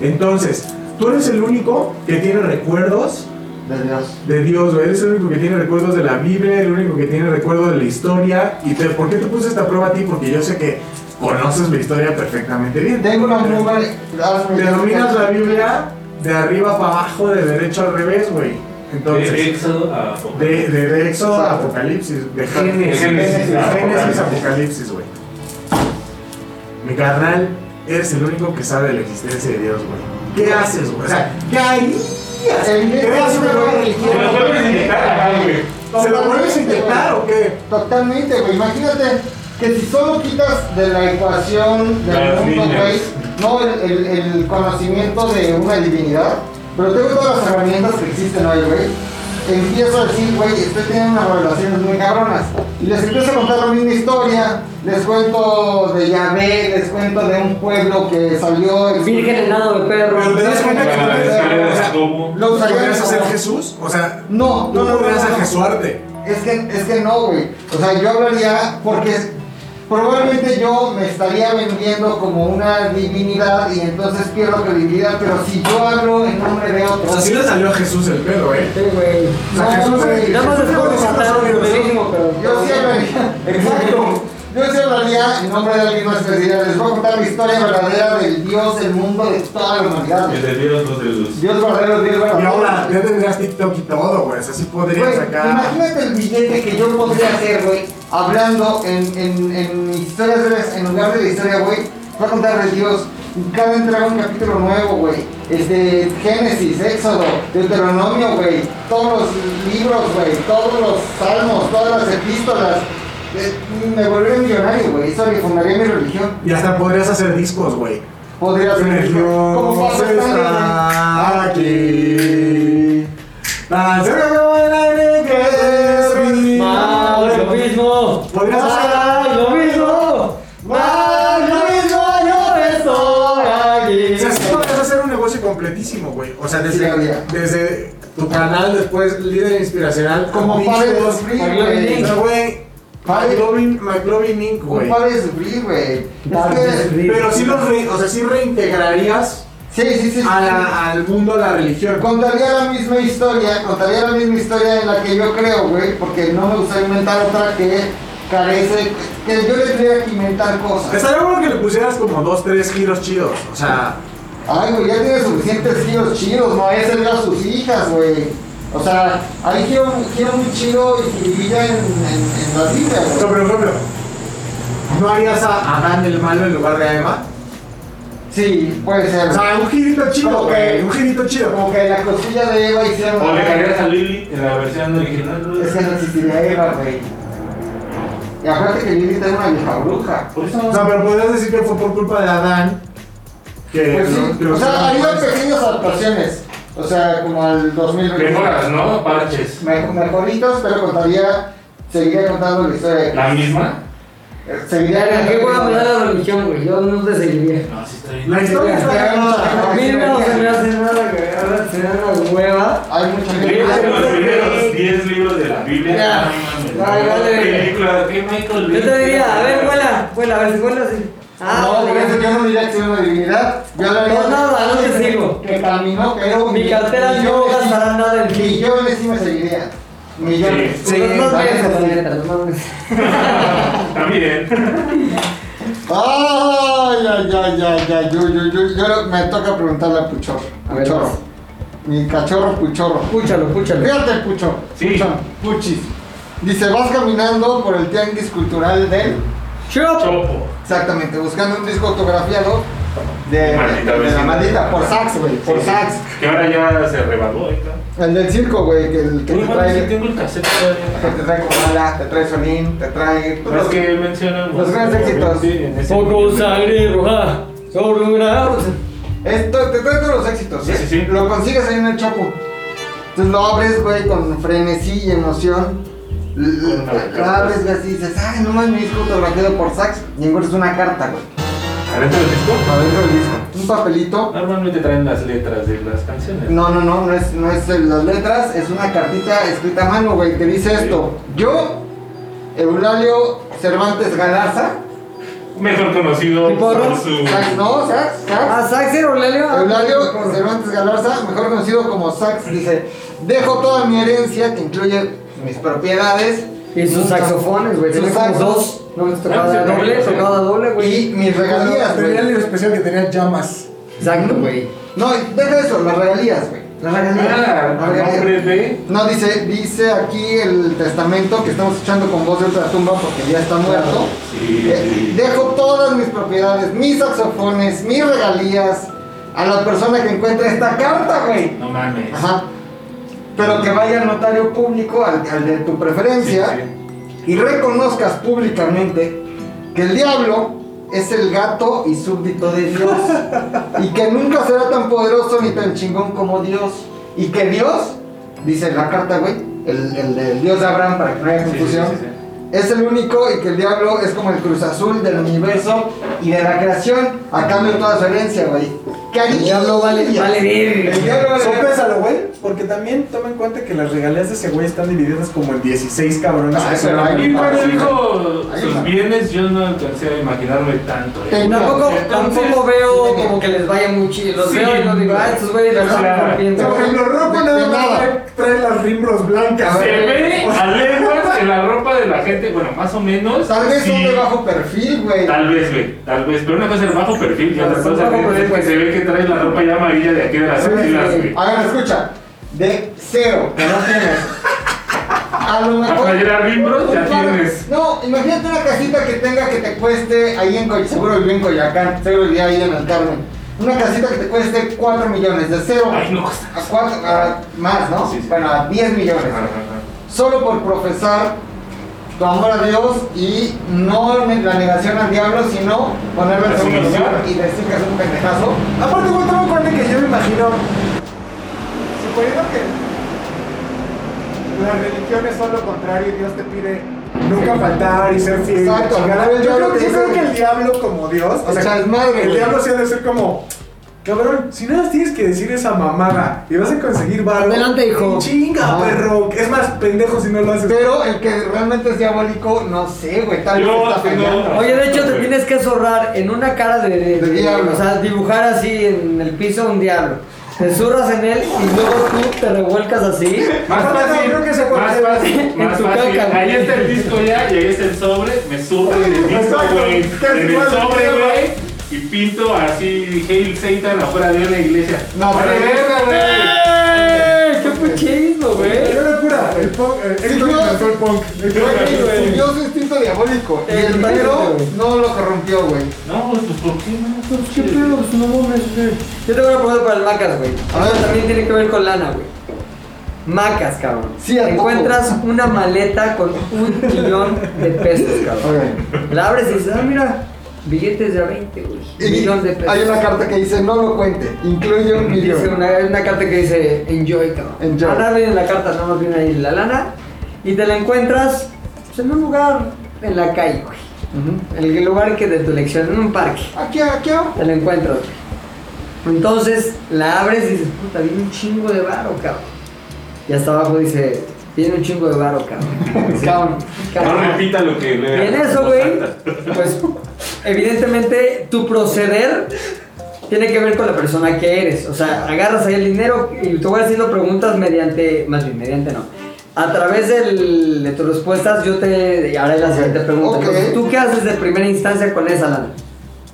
Entonces, tú eres el único que tiene recuerdos. De Dios. De Dios, güey. Eres el único que tiene recuerdos de la Biblia, el único que tiene recuerdos de la historia. ¿Y te- por qué te puse esta prueba a ti? Porque yo sé que conoces la historia perfectamente bien. Tengo una prueba.
Ah,
Te dominas la Biblia de arriba para abajo, de derecho al revés, güey. Entonces,
De Éxodo a
de, de, de Éxodo a Apocalipsis, de Génesis,
De Génesis a
Génesis a
Apocalipsis.
Apocalipsis, güey. Mi carnal, eres el único que sabe de la existencia de Dios, güey. ¿Qué haces, güey? O sea, ¿qué harías? ¿Creas una nueva religión?
Se lo vuelves a inyectar, ajá,
¿Se lo vuelves a inyectar o qué?
Totalmente, güey. Imagínate que si solo quitas de la ecuación del
Las
mundo,
líneas.
güey, no el, el- el conocimiento de una divinidad, pero tengo todas las herramientas que existen hoy, güey. Empiezo a decir, güey, estoy teniendo unas revelaciones muy cabronas. Y les empiezo a contar la misma historia. Les cuento de Yahvé, les cuento de un pueblo que salió.
Virgen enano de perro.
Pero te das cuenta que tú
Enano de perro.
o sea,
Lo usaría
podrías
como-
hacer Jesús? O sea,
no, no,
tú
no,
podrías
no, no.
a Jesuarte.
Es que, es que no, güey. O sea, yo hablaría porque probablemente yo me estaría vendiendo como una divinidad y entonces pierdo credibilidad, pero si yo hablo en nombre de otro.
O sea, sí le salió a Jesús el pedo, ¿eh?
Sí, güey.
O sea, Jesús es-
Nada más
Jesús
es por
es
matar
Jesús,
un
Jesús.
mismo, pero.
Yo sí
*laughs*
hablaría. Exacto. Yo sí hablaría en nombre de alguien más que diría, les voy a contar la historia verdadera del Dios, del mundo, de toda la humanidad. güey.
El de Dios, los de luz.
Dios verdadero, Dios verdadero.
Y ahora, ya tendrías TikTok y todo, güey. O sea, sí podrías
Güey,
sacar.
Imagínate el billete que yo podría hacer, güey, hablando en, en, en historias breves, en lugar de la historia, güey. Voy a contar de Dios. Cada entrada un capítulo nuevo, güey. Este, Génesis, Éxodo, Deuteronomio, güey. Todos los libros, güey. Todos los salmos, todas las epístolas. Eh, me volvería millonario, güey. Eso le fundaría mi religión.
Y hasta podrías hacer discos, güey.
Podría ser. Como
Como
Pablo Stanley,
está aquí. Tan cerca como el aire que es mi
Ah,
Mal, lo mismo.
Podrías hacer
Mal, lo mismo.
Mal,
lo mismo, yo estoy aquí.
O sea, sí podrías hacer un negocio completísimo, güey. O sea,
Sí,
desde,
habría.
desde tu canal, después líder inspiracional.
Como
discos,
Padre Free, güey.
O sea, güey.
Padre-
McLovin, McLovin Inc,
Un
güey.
padre de sufrir, güey. Es que-
Pero sí los re- o sea, sí reintegrarías
Sí, sí, sí.
a
sí.
la- al mundo la religión.
Contaría la misma historia, contaría la misma historia en la que yo creo, güey, porque no me gusta inventar otra que carece, que yo le tendría que inventar cosas.
Estaría bueno que le pusieras como dos, tres giros chidos. O sea,
Ay, güey, ya tiene suficientes giros chidos, no es el a sus hijas, güey. O sea, ahí quiero, quiero un chido y vivía en, en, en la Biblia,
no,
güey.
por ejemplo, ¿no harías a Adán el malo en lugar de Eva?
Sí, puede ser.
O sea, un girito chido,
Como
güey.
que-
Un girito chido.
Como que la costilla de Eva hicieron...
O le cargas a Lily en la versión original, ¿no?
Es que no existiría Eva, güey. Y aparte que Lili era una vieja bruja.
Por
O
eso
sea, pero podrías decir que fue por culpa de Adán. Que
Pues
lo- que
sí,
lo-
o sea, haría pequeñas adaptaciones. O sea, como al 2020.
Mejoras, ¿no? Parches.
Me- mejoritos, pero contaría, seguiría contando la historia. de-
¿La misma?
eh,
Ya,
Seguiría
¿Qué voy a hablar de la religión, güey? Yo no te seguiría.
No, sí está bien.
La historia está
A
cagada.
mí no se me hace nada, güey. Ahora se me da una hueva.
Hay mucha
Léete
gente.
los videos, 10 libros de la Biblia.
Ya.
No mames,
Ay, vale.
película, ¿qué Michael
Yo te
Bay?
diría, a ver, vuela, vuela, a ver si vuelas. Ah,
no,
vale,
por eso yo no diría que soy una divinidad. Yo la
No, nada, no te sigo.
Que caminó, pero.
Mi
mi-
cartera
mi
no
yo-
gastará nada en ti.
Millones sí me seguiría. Millones.
Sí, Los más
¿sabes?
verdes, la neta, los más verdes.
También.
Ay, ay, ay, ay, ay, yo, yo, yo, yo- me toca preguntarle a Puchorro.
ver,
Puchorro.
vas.
Mi cachorro Puchorro.
Púchalo, púchalo.
Fíjate, Pucho.
Sí.
Pucho, Puchis. Dice, vas caminando por el tianguis cultural del...
*laughs* Chopo.
Exactamente, buscando un disco autografiado de,
Maldita
de la
vecindad.
maldita, por Sax, güey, por
Sí, sí.
Sax.
Que ahora ya se revaluó ahorita.
El del circo, güey, que, el que
Uy,
te
bueno, sí
trae...
tengo el cassette todavía.
Que te trae Comala, te trae Sonín, te trae...
Pero es que mencionan
Los grandes éxitos.
Poco
sangre roja sobre un Esto, te trae todos los éxitos.
Sí,
¿eh?
sí, sí.
Lo consigues ahí en el Chopo. Entonces lo abres, güey, con frenesí y emoción. L-
Con una
Lo abres, güey, así y dices, ay, no mames, mi disco autografiado por sax. Y encuentras una carta, güey.
¿Adentro del disco?
Adentro del disco. Un papelito.
Normalmente traen las letras de las canciones.
No, no, no, no es, no es el- las letras, es una cartita escrita a mano, güey, que dice esto. Yo, Eulalio Cervantes Galarza.
Mejor conocido por su.
Sax, no, Sax, Sax.
Ah, Sax era Eulalio. Ah,
Eulalio Cervantes Galarza, mejor conocido como Sax, dice: Dejo toda mi herencia, que incluye mis propiedades.
Y sus
Nunca-
saxofones, güey.
Sus
Tenía como
saxos.
dos. No me
Ah,
tocaba
sí,
doble,
sí.
tocaba doble, güey.
Y mis regalías,
Tenía
güey.
el especial que tenía llamas.
Exacto, güey.
No, deja eso, las regalías, güey. Las regalías.
Ah,
Las regalías.
nombre de.
No, dice, dice aquí el testamento que estamos escuchando con voz de otra tumba porque ya está muerto.
Sí,
Eh,
sí.
Dejo todas mis propiedades, mis saxofones, mis regalías a la persona que encuentre esta carta, güey.
No mames.
Ajá. Pero que vaya al notario público, al, al de tu preferencia,
Sí,
y reconozcas públicamente que el diablo es el gato y súbdito de
*laughs*
Dios. y que nunca será tan poderoso ni tan chingón como Dios. Y que Dios, dice la carta, güey, el, el del Dios de Abraham, para que no haya
Sí, sí,
confusión.
sí, sí, sí.
Es el único y que el diablo es como el cruz azul del universo y de la creación a cambio de toda su herencia, güey. El
diablo vale- vale verga.
El diablo vale verga.
Sopésalo, güey. Porque también toma en cuenta que las regalías de ese güey están divididas como en 16 cabrones.
Ah,
que
eso
son la
no hay.
Y
mitad.
cuando
sí,
dijo
Ahí
sus
está.
bienes, yo no alcancé a imaginarme tanto. eh.
Te-
Tampoco,
Entonces-
tampoco veo como que les vaya muy chido. Los
Sí.
veo y no digo, ah, estos güeyes la
Claro.
están rompiendo.
Por ejemplo, ropa
De
nada más
nada.
trae las rimbros blancas. ¿eh?
Se
güey.
ve a leguas que la ropa de la gente, bueno, más o menos.
Tal vez
sí,
son de bajo perfil, güey.
Tal vez, güey, tal vez. Pero una cosa es el bajo perfil y otra
Claro,
cosa
bajo perfil,
es que
pues.
se ve que trae la ropa ya amarilla de aquí de las
Sí,
axilas,
sí.
güey.
A ver, escucha. De cero, que no tienes. A lo
La
mejor.
playera Rimbros ya
Un par-
tienes.
No, imagínate una casita que tenga que te cueste ahí en Coyoacán. Seguro viví en Coyoacán, seguro viví ahí en el Carmen. Una casita que te cueste 4 millones, de cero
Ay, no cuesta.
a 4, a más, ¿no?
Sí, sí.
Bueno, a 10 millones.
Ajá, ajá.
Solo por profesar tu amor a Dios y no ne- la negación al diablo, sino ponerlo en
La
segundo
sumisión.
lugar y decir que es un pendejazo.
Aparte, güey, toma en cuenta que yo me imagino. Suponiendo que las religiones son lo contrario y Dios te pide nunca faltar y ser fiel. y la
Exacto.
chingada.
El
Yo,
diablo
creo,
te
yo
dice-
creo que el diablo, como Dios, o sea,
Echas madre,
el
güey.
diablo sí ha de ser como. Cabrón, si nada más tienes que decir esa mamada y vas a conseguir varo.
Adelante, hijo.
Chinga,
Ah.
perro. Es más pendejo si no lo haces.
Pero el que realmente es diabólico, no sé, güey, tal vez
Yo
está
tengo-
fallando.
Oye, de hecho te tienes que zorrar en una cara de, de-
De
de-
diablo.
O sea, dibujar así en el piso un diablo. Te zurras en él y luego tú te revuelcas así.
Más
No, no,
fácil,
creo que se
más
acuerde.
*laughs*
fácil,
En
más
su
fácil.
caca,
Ahí
güey.
está el disco ya y ahí está el sobre. Me subo en el disco,
Exacto,
güey.
casi
En el
igual,
sobre,
güey.
güey. Y pinto así Hail Satan afuera de una iglesia.
No,
Vale,
pero-
verga, güey.
¡Ey! ¡Qué puchismo, güey!
Qué locura. El punk. eh,
Sí,
El punk.
yo-
inventó El punk. El
Güey,
punk, güey.
su Dios es instinto diabólico. Y el
Totalmente,
dinero
güey.
no lo corrompió, güey.
No, pues ¿por qué no?
¿Qué pedo? Pues no mames, güey. Yo tengo una pregunta para el Macas, güey.
A ver.
Esto también tiene que ver con lana, güey. Macas, cabrón.
Sí, ¿a poco?
Encuentras una maleta con un millón de pesos, cabrón. La abres y dices, ah, mira, billetes de a 20, güey.
Y
millón de pesos.
hay una carta que dice, no lo cuente, incluye un
Dice
millón.
una, hay una carta que dice enjoy, cabrón.
Enjoy.
Ah, no viene la carta, nada más viene ahí la lana. Y te la encuentras pues, en un lugar en la calle, güey. El lugar que de tu elección, en un parque.
Aquí, aquí, abajo.
Te la encuentras, güey. Entonces la abres y dices, puta, viene un chingo de varo, cabrón. Y hasta abajo dice, Tiene un chingo de varo,
*laughs*
cabrón. Cabrón.
No
cabrón.
repita lo que
Y
le
en eso, güey, pues evidentemente tu proceder tiene que ver con la persona que eres. O sea, agarras ahí el dinero y te voy haciendo preguntas mediante, más bien, mediante no. A través del- de tus respuestas yo te haré la siguiente pregunta.
Ok.
Entonces, ¿Tú qué haces de primera instancia con esa lana?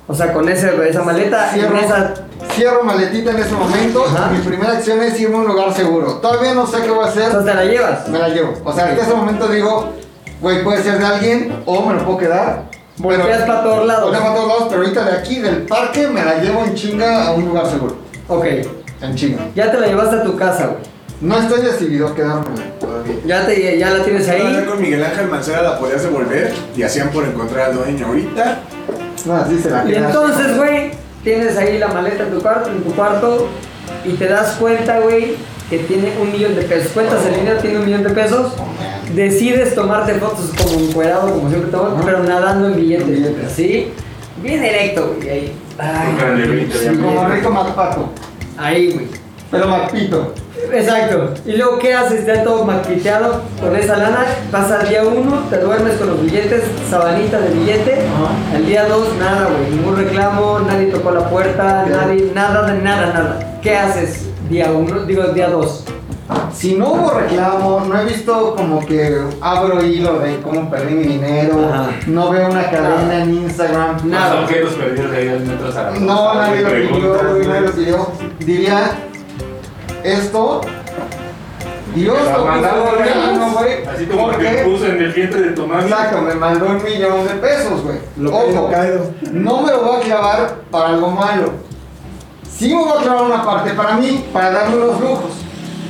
O sea, con ese, esa maleta y
Cierro-
con esa...
Cierro maletita en ese momento. Mi primera acción es irme a un lugar seguro. Todavía no sé qué voy a hacer.
Entonces te la llevas.
Me la llevo. O sea, hasta ese momento digo, güey, puede ser de alguien o me lo puedo quedar. Bueno,
Volteas para todos lados.
para todos lados, pero ahorita de aquí, del parque, me la llevo en chinga a un lugar seguro.
Ok.
En chinga.
Ya te la llevaste a tu casa, güey.
No estoy decidido a quedarme todavía.
Ya, te, ya la tienes ahí.
Con Miguel Ángel Mancera la podías devolver y hacían por encontrar al dueño ahorita.
No, así se la
Y entonces, güey, tienes ahí la maleta en tu cuarto, en tu cuarto y te das cuenta, güey, que tiene un millón de pesos. Cuentas el dinero, tiene un millón de pesos. Decides tomarte fotos como encuerado, como siempre tomas, pero nadando en billetes, así. Bien erecto, güey, ahí. Ay,
Sí, como rico malpato.
ahí, güey.
Pero malpito.
Exacto. Y luego, ¿qué haces? Ya todo maquiteado con esa lana. Vas al día 1, te duermes con los billetes, sabanita de billete. Al día 2, nada, güey. Ningún reclamo, nadie tocó la puerta, nadie, nada, de nada, nada. ¿Qué haces día 1? Digo, día 2.
Si no hubo reclamo, no he visto como que abro hilo de cómo perdí mi dinero, no veo una cadena en Instagram,
Los
nada.
objetos perdidos ahí al metro Zaragoza.
No, nadie lo pidió,
Preguntas,
nadie lo pidió. Diría, esto, Dios
La
lo
mandaba,
mandó
güey.
no, güey.
Así como
¿Por
que
qué?
puso en el vientre de Tomás.
Exacto, me mandó un millón de pesos, güey. Ojo, no me lo voy a clavar para algo malo. Sí me voy a clavar una parte para mí, para darme unos lujos.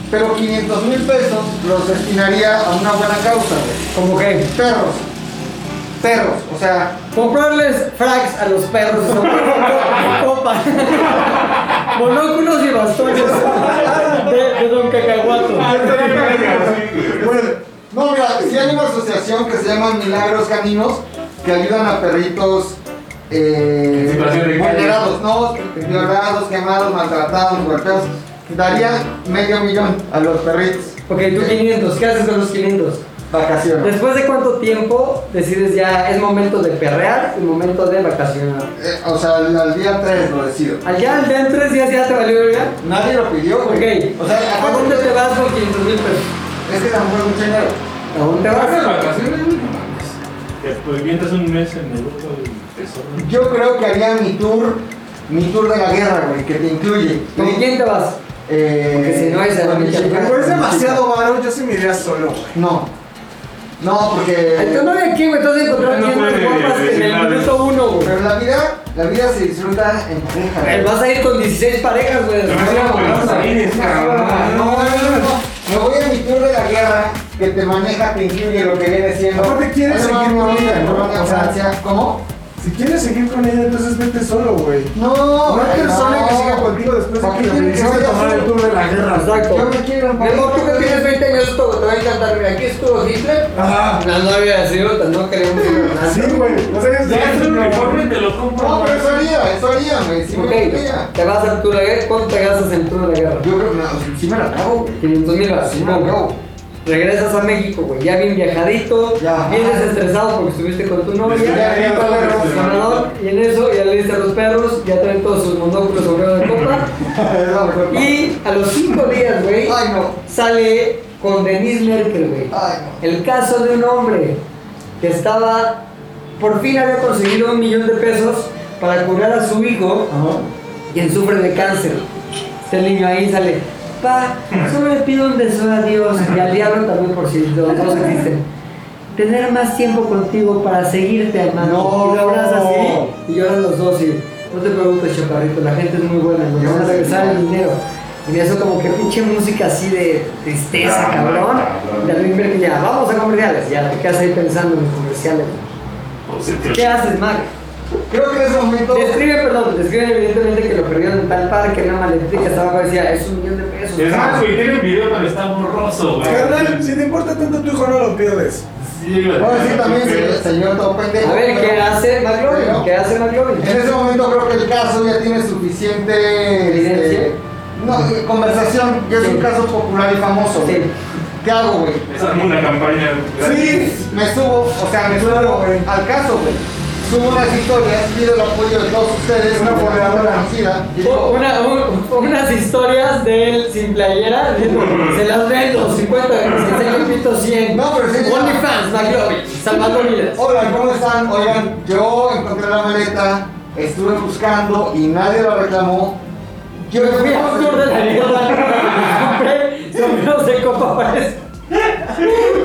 Pero 500 mil pesos los destinaría a una buena causa, güey.
¿Cómo qué?
Perros. Perros, o sea...
Comprarles frags a los perros. *laughs* o sea, Copa. Monóculos y *laughs* bastones de, de Don Cacahuato.
Bueno, no, mira, sí hay una asociación que se llama Milagros Caninos que ayudan a perritos eh,
situación de calle.
vulnerados, no, violados, quemados, maltratados, golpeados. Daría medio millón a los perritos.
Ok, tú 500, ¿qué haces con los 500?
Vacaciones.
Después de cuánto tiempo decides ya es momento de perrear y momento de vacacionar.
Eh, o sea, al, al día 3 lo decido.
Allá al día en tres días ya te valió verga.
Nadie lo pidió,
Ok,
güey.
o sea, ¿a dónde te vas con 500 mil pesos?
Es que tampoco es mucho dinero.
¿A dónde
¿Vas a
vas?
vacaciones? Pues vienes un mes en Europa y te sobra.
Yo creo que haría mi tour, mi tour de la guerra, güey, que te incluye.
¿Con quién te vas?
Eh,
Porque si no, esa
con
es la
mi
mitad.
chica,
Pero
con
es
mi
demasiado
chica.
Bueno, yo sí me iría solo.
No. No, porque.
Entonces no de aquí, güey, estás encontrando
No
quién
puede
te guapas en
decir
el
nada.
minuto uno, güey.
Pero la vida, la vida se disfruta en pareja.
Eh,
güey.
Vas a ir con 16 parejas, güey.
Yo me fui a Buenos Aires, cabrón.
No, no, no, no. Me voy a mi tour de la guerra que te maneja, te incluye lo que viene siendo.
Aparte, ¿quieres
Además,
seguir con
bonita,
ella, no?
¿no?
O sea,
Francia. ¿Cómo?
Si quieres seguir con ella, entonces vete solo, güey.
No,
No hay
ay,
persona
no.
que siga contigo después de
¿Para
que
qué
le
quieres que
hiciste
vaya
tomar el
solo?
tour de la guerra.
Exacto.
Yo me quiero ir a un
Memo, tú que
país.
tienes 20 años, esto te va a encantar. Mira, aquí estuvo Hitler.
Ajá.
La novia de Ciro, no queremos ir a
Sí, güey. O sea, es-
Ya es un uniforme, te lo compro.
No, pero eso haría, eso haría, güey. Si me gustaría.
Ok, te vas al tour de guerra. ¿Cuánto te gastas en tour de guerra?
Yo creo que no, si me la cago, güey.
500 mil vas,
Sí me la cago.
Regresas a México, güey. Ya bien viajadito,
Ya.
bien desestresado porque estuviste con tu novia.
Ya, ya,
bien
ya,
padre,
ya, ya.
ganador, Y en eso ya le diste a los perros, ya traen todos sus monóculos sombreros de
*laughs*
copa. Y a los 5 días, güey,
Ay, no.
sale con Denise Merkel, güey.
Ay, no.
El caso de un hombre que estaba, por fin había conseguido un millón de pesos para curar a su hijo, quien sufre de cáncer. Este niño ahí sale, pa, solo le pido un deseo a Dios y al diablo también por si los dos existen. Tener más tiempo contigo para seguirte, hermano.
No.
Y lo abrazas así y lloran los dos y no te preocupes, chaparrito, la gente es muy buena, nos van a regresar el dinero. Y eso como que pinche música así de tristeza,
Ah,
cabrón.
cabrón.
De Luis Miguel, ya, vamos a comerciales. Ya te quedas ahí pensando en los comerciales.
Oh.
¿Qué haces, Mac?
Creo que en ese momento.
Describe, perdón, describe evidentemente que lo perdieron en tal parque, en una maletita que estaba abajo decía, es un millón de pesos.
Exacto, y tiene el video, pero está borroso, güey.
Carnal, si te importa tanto tu hijo, no lo pierdes.
Sí, güey.
Ahora sí también, señor- señor todo pendejo.
A ver, ¿qué
pero-
hace
Pero-
McLovin? ¿Qué hace McLovin?
En ese momento creo que el caso ya tiene suficiente
Evidencia.
este, no, eh, conversación, ya es
Sí.
un caso popular y famoso.
Sí.
¿Qué hago, güey?
Es como una campaña.
Sí, me subo, o sea, me subo al caso, güey. Subo unas historias, pido el apoyo de todos ustedes. Una apoyadora conocida. y digo,
Una- un- unas historias de él sin playera, de- se las vendo, 50 veces, se le invito 100.
No, pero sí, ya.
OnlyFans, McLovin, salvando vidas.
Hola, ¿cómo están? Oigan, yo encontré la maleta, estuve buscando y nadie la reclamó.
Yo me fui a un tour de la vida, compré sombreros de copa para eso.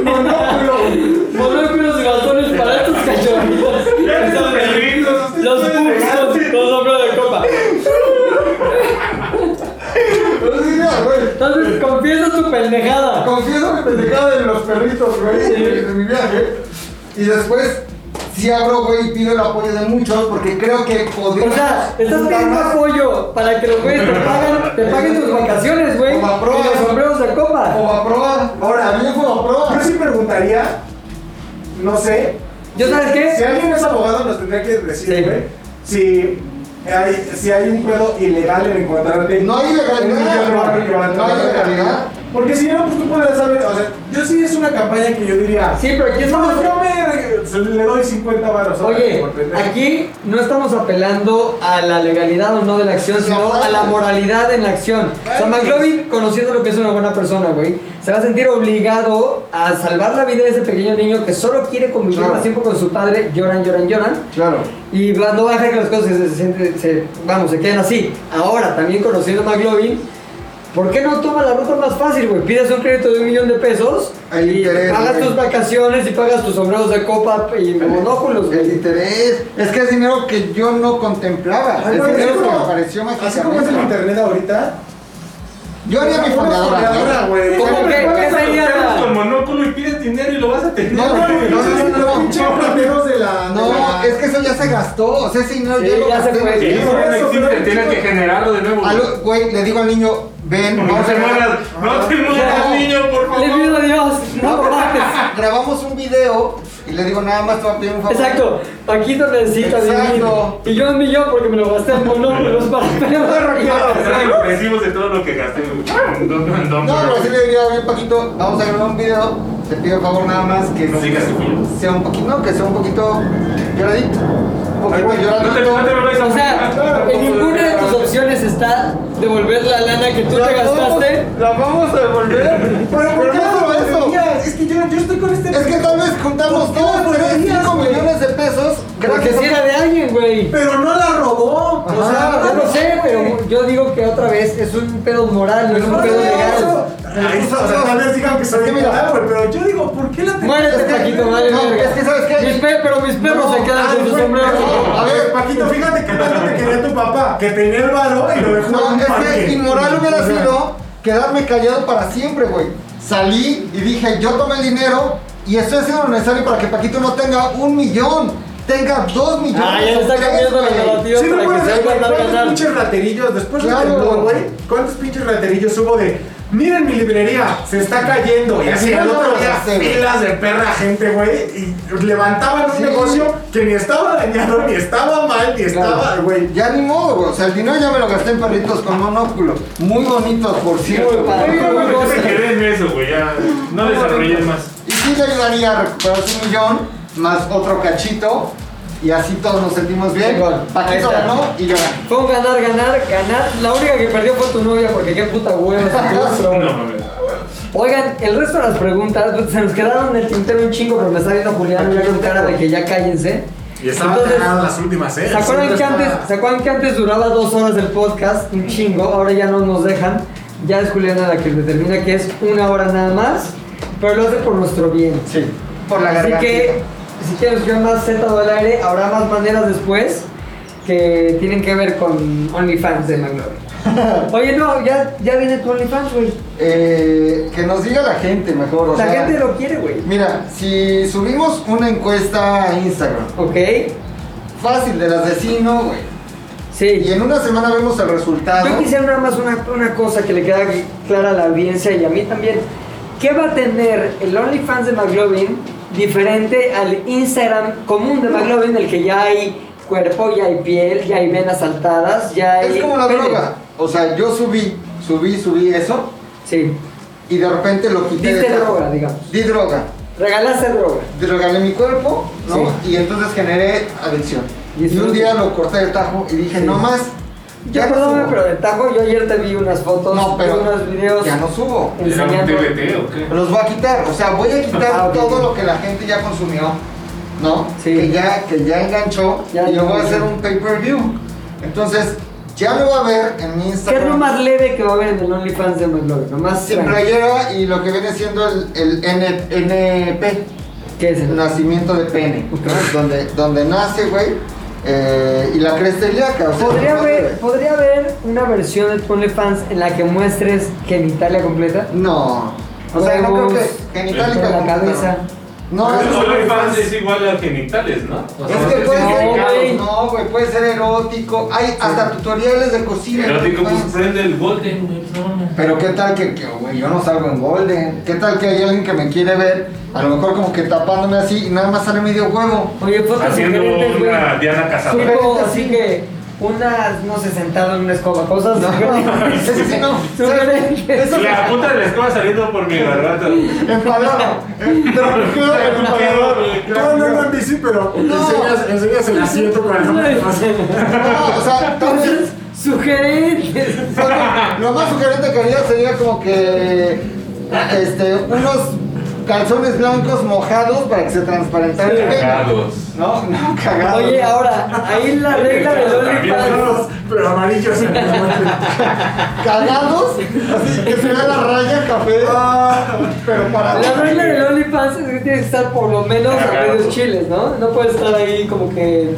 Monóculo, monóculos y bastones para estos cachorritos. Los pulsos con sombrero de copa. Entonces confiesa tu pendejada.
Confieso mi pendejada de los perritos, güey, de, de mi viaje. Y después, sí abro, güey, y pido el apoyo de muchos porque creo que podría.
O sea, estás pidiendo apoyo para que los güeyes te paguen, te paguen tus vacaciones, güey.
Como a
Y los sombreros de copa.
O a probar.
Ahora, bien como pro, yo sí preguntaría, no sé.
¿Yo sabes qué?
Si alguien es abogado nos tendría que decir, güey, si, hay, si hay un pedo ilegal en encontrarte.
No hay ilegalidad,
un millón de barras que van a
no hay
tomar.
ilegalidad.
Porque si no, pues tú podrías saber, o sea, yo sí es una campaña que yo diría.
Sí, pero aquí estamos-
No, yo me, se- le doy 50 baros.
Oye, aquí no estamos apelando a la legalidad o no de la acción, sino a la moralidad en la acción. O sea,
pues.
McLovin, conociendo lo que es una buena persona, güey, se va a sentir obligado a salvar la vida de ese pequeño niño que solo quiere convivir más tiempo con su padre, lloran, lloran, lloran.
Claro.
Y va- no va a dejar que las cosas se, se sienten- se- vamos, se queden así. Ahora, también conociendo a McLovin, ¿por qué no toma la ruta más fácil, güey? Pides un crédito de un millón de pesos,
El interés.
pagas
güey.
tus vacaciones y pagas tus sombreros de copa y monóculos, güey.
El interés. Es que es dinero que yo no contemplaba.
Ay,
es
no,
dinero
así
que me
como-
apareció
Así como es el
mágicamente.
internet ahorita.
Yo haría mi
Una
fundadora.
fondeadora, güey.
¿Cómo que- qué sería?
con monóculo y pides dinero y lo vas a tener.
No, no, no, no, no, no.
Pinche rateros de la. de
No,
la-
es que eso ya se gastó. O sea, ese dinero
Sí,
ya lo
ya se
gasté.
fue.
güey.
Sí,
Eso,
eso no
eso,
existe,
pero-
tienes que generarlo de nuevo. güey.
Algo- Güey, le digo al niño, ven,
No
vamos a
te
grabar-
mueras, no te mueras, niño, por favor.
Le pido a Dios, no lo mates.
Grabamos un video y le digo, nada más te voy a pedir un favor.
Exacto, Paquito necesita vivir.
Exacto.
Y yo un millón porque me lo gasté en monóculos para *laughs*
Están impresivos de todo lo que gasté. güey. No, no, no,
No,
pero-
pero sí le diría, bien Paquito, vamos a grabar un video. Te pido el favor nada más que
No digas que fui yo.
sea un poquito, no, que sea un poquito lloradito. Un
Ay,
poquito
güey, no te- no te
lloradito.
vuelvas a-
O sea, en ninguna de tus opciones está devolver la lana que tú te gastaste.
La vamos a devolver.
Pero ¿por qué
no solo
no
eso?
lo decías? Es que yo, yo estoy con este.
Es que tal vez juntamos
¿Por qué no
2,
lo
3,
decías,
5
güey?
millones de pesos.
Porque
gracias
si
a-
era de alguien, güey.
Pero no la robó.
Ajá,
o sea,
Yo no sé, pero yo digo que otra vez es un pedo moral, no es un pedo legal.
Ahí está, o sea, tal vez digan que soy
Mira.
ilegal, güey, pero yo digo, ¿por qué la te-
Muérete, Paquito, madre
No,
verga.
es que, ¿sabes qué?
Mis pe- pero mis perros se quedan
Ah,
con sus
güey,
sombreros.
pero- A ver, Paquito, fíjate que tanto te quería tu papá, que tenía el varo y lo dejó en
No,
un
es
parque.
que inmoral hubiera
O sea,
sido quedarme callado para siempre, güey. Salí y dije, yo tomé el dinero y estoy haciendo lo necesario para que Paquito no tenga un millón, tenga dos millones.
Ah, ya le está
tres,
cambiando la
güey.
narrativa
Sí, no
para que
puedes
se
güey,
vuelva a
¿Cuántos
ganar.
pinches raterillos? Después del
Claro.
temblor, güey, ¿cuántos pinches raterillos hubo de miren mi librería, se está cayendo? Y así
Sí,
al
no,
otro
no,
día
ya sé, güey.
filas de perra gente, güey, y levantaban un
Sí.
negocio que ni estaba dañado, ni estaba mal, ni estaba,
Claro.
güey.
Ya ni modo, güey. O sea, el dinero ya me lo gasté en perritos con monóculo. Muy bonitos, por cierto. güey.
padre.
No, güey, me quedé en eso, güey. Ya no desarrolles más.
Y sí le ayudaría a recuperar su millón, más otro cachito. Y así todos nos sentimos bien.
Chingón. Ahí
Paquito
está.
ganó y yo gané.
Fue un ganar, ganar, ganar. La única que perdió fue tu novia porque qué puta hueva.
No, mames.
Oigan, el resto de las preguntas pues, se nos quedaron en el tintero un chingo, pero me está viendo Julián ya con cara de que ya cállense.
Y estaban
Entonces,
cagadas las últimas, ¿eh?
¿Se acuerdan,
Siempre
que antes,
está-
¿Se acuerdan que antes duraba dos horas el podcast? Un chingo, ahora ya no nos dejan. Ya es Juliana la que determina que es una hora nada más, pero lo hace por nuestro bien.
Sí. Por la
Así
garganta.
que, si quieren escuchar más Z del aire, habrá más maneras después que tienen que ver con OnlyFans de
*laughs*
McLovin. Oye, no, ya, ya viene tu OnlyFans, güey.
Eh, que nos diga la gente mejor. o
La
sea,
gente lo quiere, güey.
Mira, si subimos una encuesta a Instagram,
Ok,
fácil de las de sí, no, güey.
sí.
Y en una semana vemos el resultado.
Yo quisiera nada más una, una cosa que le queda clara a la audiencia y a mí también. ¿Qué va a tener el OnlyFans de McLovin diferente al Instagram común de McLovin, el que ya hay cuerpo, ya hay piel, ya hay venas saltadas, ya hay...
Es como la
pene?
droga. O sea, yo subí, subí, subí eso.
Sí.
y de repente lo quité
Diste
del carro.
droga, digamos.
Di droga.
Regalaste droga.
Regalé mi cuerpo, ¿no? Y entonces generé adicción. Y, un día lo corté del tajo y dije, no más.
Ya perdóname, pero de tajo yo ayer te vi unas fotos,
No, pero
unos videos.
ya no subo.
Enseñando.
Los voy a quitar, o sea, voy a quitar todo lo que la gente ya consumió, ¿no? Que ya, que ya enganchó y yo voy a hacer un pay-per-view. Entonces, ya lo va a ver en mi
¿Qué es lo
Instagram.
más leve que va a haber en el OnlyFans de McLovin? Lo más
Sin
tranqui.
playera y lo que viene siendo el, el N- NP.
¿Qué es
Nacimiento de pene. ¿no? Donde, donde nace, güey. eh, y la cresta ilíaca. O sea,
¿Podría
lo más leve.
haber, ¿Podría haber una versión de OnlyFans en la que muestres genitalia completa?
No. O sea, no creo
Huevos,
que genitalia
de la
completa,
cabeza.
No,
Pero
no,
solo
no,
infancia
no.
Pues, es igual a genitales, ¿no? O
Es
sea,
que puede ser
significado.
güey, no, güey, puede ser erótico. Hay hasta tutoriales de cocina.
Pero digo, pues
güey.
prende el golden, güey. no, no.
Pero qué tal que, que, güey, yo no salgo en Golden. ¿Qué tal que hay alguien que me quiere ver? A lo mejor como que tapándome así y nada más sale medio huevo.
Oye, fotos
Haciendo
sugerentes, güey.
una Diana Casablanca.
Tipo, así que unas, no sé, sentado en una escoba, cosas.
No, *laughs* eso sí no.
Sugerentes.
La punta de la escoba saliendo por mi garganta.
Empalado.
No, no, no, en bici, pero enseñas, enseñas el asiento con
*laughs*
el
No, o sea, entonces.
Sugerentes.
Lo más sugerente que haría sería como que. Este, unos calzones blancos mojados para que se transparentara el pene.
Cagados.
No, no, cagados.
Oye, ahora, ahí la regla del OnlyFans.
Pero amarillos en el
Cagados, así que se vea la raya café. Ah. pero para.
La regla del OnlyFans es que tienes que estar por lo menos a
Cagados.
medios chiles, ¿no? No puedes estar ahí como que.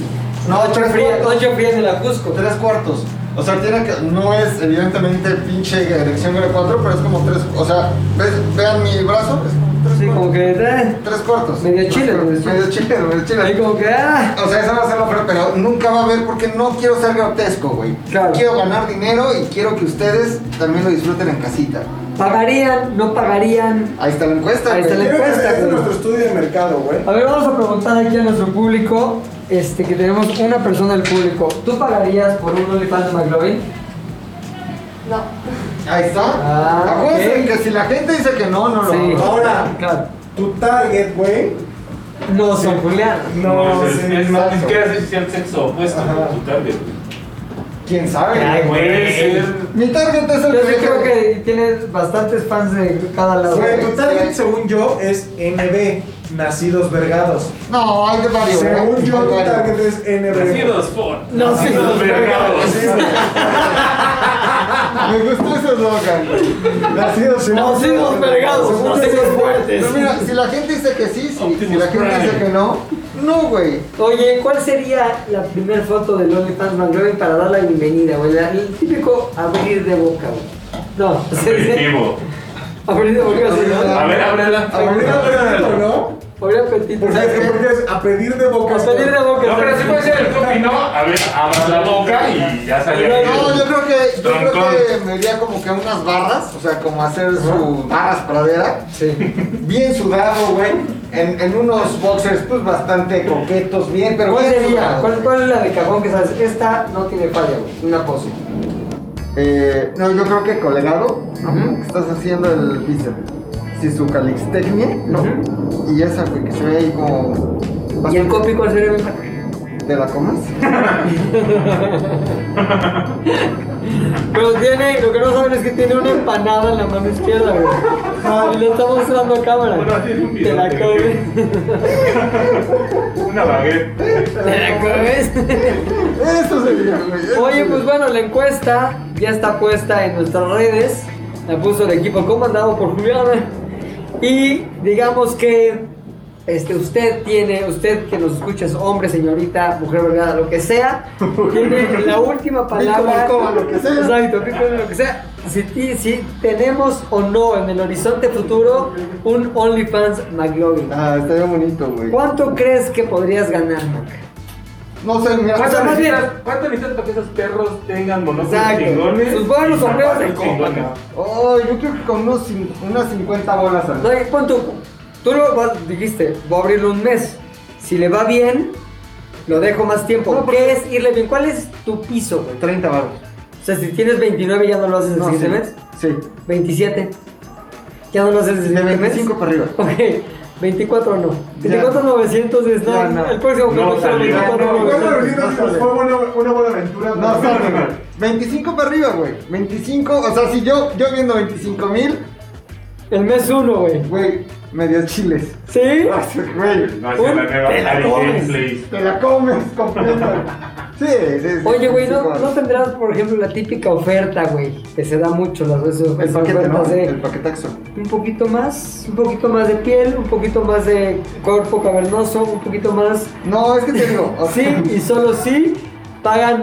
No,
ocho
tres
frías,
cuartos.
ocho frías en la Cusco.
Tres cuartos. O sea, tiene que, no es evidentemente pinche erección grado 4, pero es como tres. O sea, ¿ves? vean mi brazo. Es como tres
Sí, como que. eh,
Tres cuartos.
Medio chile, medio chile.
Medio chile, medio chile.
Ahí como que, ah.
O sea, esa va a ser la oferta, pero nunca va a haber porque no quiero ser grotesco, güey. Quiero ganar dinero y quiero que ustedes también lo disfruten en casita.
¿Pagarían? ¿No pagarían?
Ahí está la encuesta,
Ahí está
güey.
la encuesta,
Este es
güey.
nuestro estudio de mercado, güey.
A ver, vamos a preguntar aquí a nuestro público, este, que tenemos una persona del público. ¿Tú pagarías por un OnlyFans de McLovin?
No.
Ahí está.
Ah,
Acuérdense
ok.
que si la gente dice que no, no lo
Sí.
hago.
Ahora,
Claro.
tu target, güey.
No, son Julián.
No,
es,
sí,
es más, ni
exacto.
siquiera sé si sea el sexo opuesto, tu target.
¿Quién sabe?
Ay,
Puede
güey.
ser.
Mi target es el
Yo sí
que-
creo que tienes bastantes fans de cada lado.
Güey, tu target, según yo, es NB, nacidos vergados.
No, hay de varios. ¿eh?
Según yo,
Hay
tu
varios.
target es NB.
Nacidos por.
No,
Nacidos
sí.
vergados.
Me gustó ese eslogan, güey. Nacidos
Nacidos
vergados.
vergados,
Según yo,
nacidos
sí.
fuertes.
Pero mira, si la gente dice que sí, sí. Si la gente
Prime.
dice que no, no, güey.
Oye, ¿cuál sería la primera foto del OnlyFans McLovin para dar la bienvenida, güey? La- El típico abrir de boca, güey. No,
Primitivo.
*laughs* abrir de boca, sí, ¿no?
A ver, ábrela.
Abrir apetito, ¿no?
Abrir apetito.
Porque, porque es a pedir de boca.
A pedir de boca.
No, pero sí puede ser el copy, ¿no? A ver, abra la boca y ya sale.
No, yo creo que, yo creo
Troncón.
que me iría como que a unas barras, o sea, como hacer su barras pradera. Bien sudado, güey. En, en unos boxers, pues bastante coquetos, bien, pero
¿Cuál
bien
sería?
sudado,
¿Cuál,
güey.
cuál es la de cajón que sabes? Esta no tiene falla, güey. Una pose.
Eh, no, yo creo que colegado, ¿no? Que estás haciendo el bíceps. Si su calistecnia, no. Y esa, güey, que se ve ahí como.
¿Y el copy cuál sería? güey?
¿Te la comas?
Pero tiene, lo que no saben es que tiene una empanada en la mano izquierda, güey. Ah, Y le está mostrando a cámara. Te la comes.
Una baguette.
Te la comes.
Eso sería, güey.
*laughs*
eso
Oye,
sería.
pues bueno, la encuesta ya está puesta en nuestras redes. La puso el equipo comandado por Juliana. Y digamos que este, usted tiene, usted que nos escucha, es hombre, señorita, mujer vergada, lo que
*laughs*
sea, tiene la última palabra.
Pico, balcoba, lo que sea.
Exacto, pico, lo que sea. Si, ti- si tenemos o no en el horizonte futuro un OnlyFans McLovin.
Ah, estaría bonito, güey.
¿Cuánto crees que podrías ganar, Mac?
No sé, mira.
O sea, más bien-
¿Cuánto necesitas para que esos perros tengan monóculos
Exacto.
chingones?
Sus buenos
y
sombreros de
zapatos
copa,
chingones?
cabrón.
Oh, yo creo que con unos cin- unas 50 bolas al
No, y pon tú, tú lo vas- dijiste, voy a abrirlo un mes. Si le va bien, lo dejo más tiempo.
No, porque-
¿Qué es irle bien? ¿Cuál es tu piso, güey?
30 baros.
O sea, si tienes 29 ya no lo haces el
No,
siguiente
sí.
mes.
Sí.
27. Ya no nos el siguiente mes.
25 para arriba.
Ok, 24 no. 24900 está el próximo
No
capítulo,
salió.
24,900.
Fue una, buena aventura. No, no, no, no. 25 para arriba, güey. 25, o sea, si yo, yo viendo 25 mil.
El mes 1, güey.
Güey, medio chiles.
¿Sí?
Güey,
No, se la
te Ah, pues, la comes. Te la comes completa. Sí, sí, sí.
Oye, güey,
Sí,
¿no, no tendrás, por ejemplo, la típica oferta, güey? Que se da mucho las veces.
El
esas
paquete, ¿no?
ofertas de
El paquetaxo.
Un poquito más, un poquito más de piel, un poquito más de cuerpo cavernoso, un poquito más.
No, es que te digo, o
sí,
sea-
y solo sí pagan.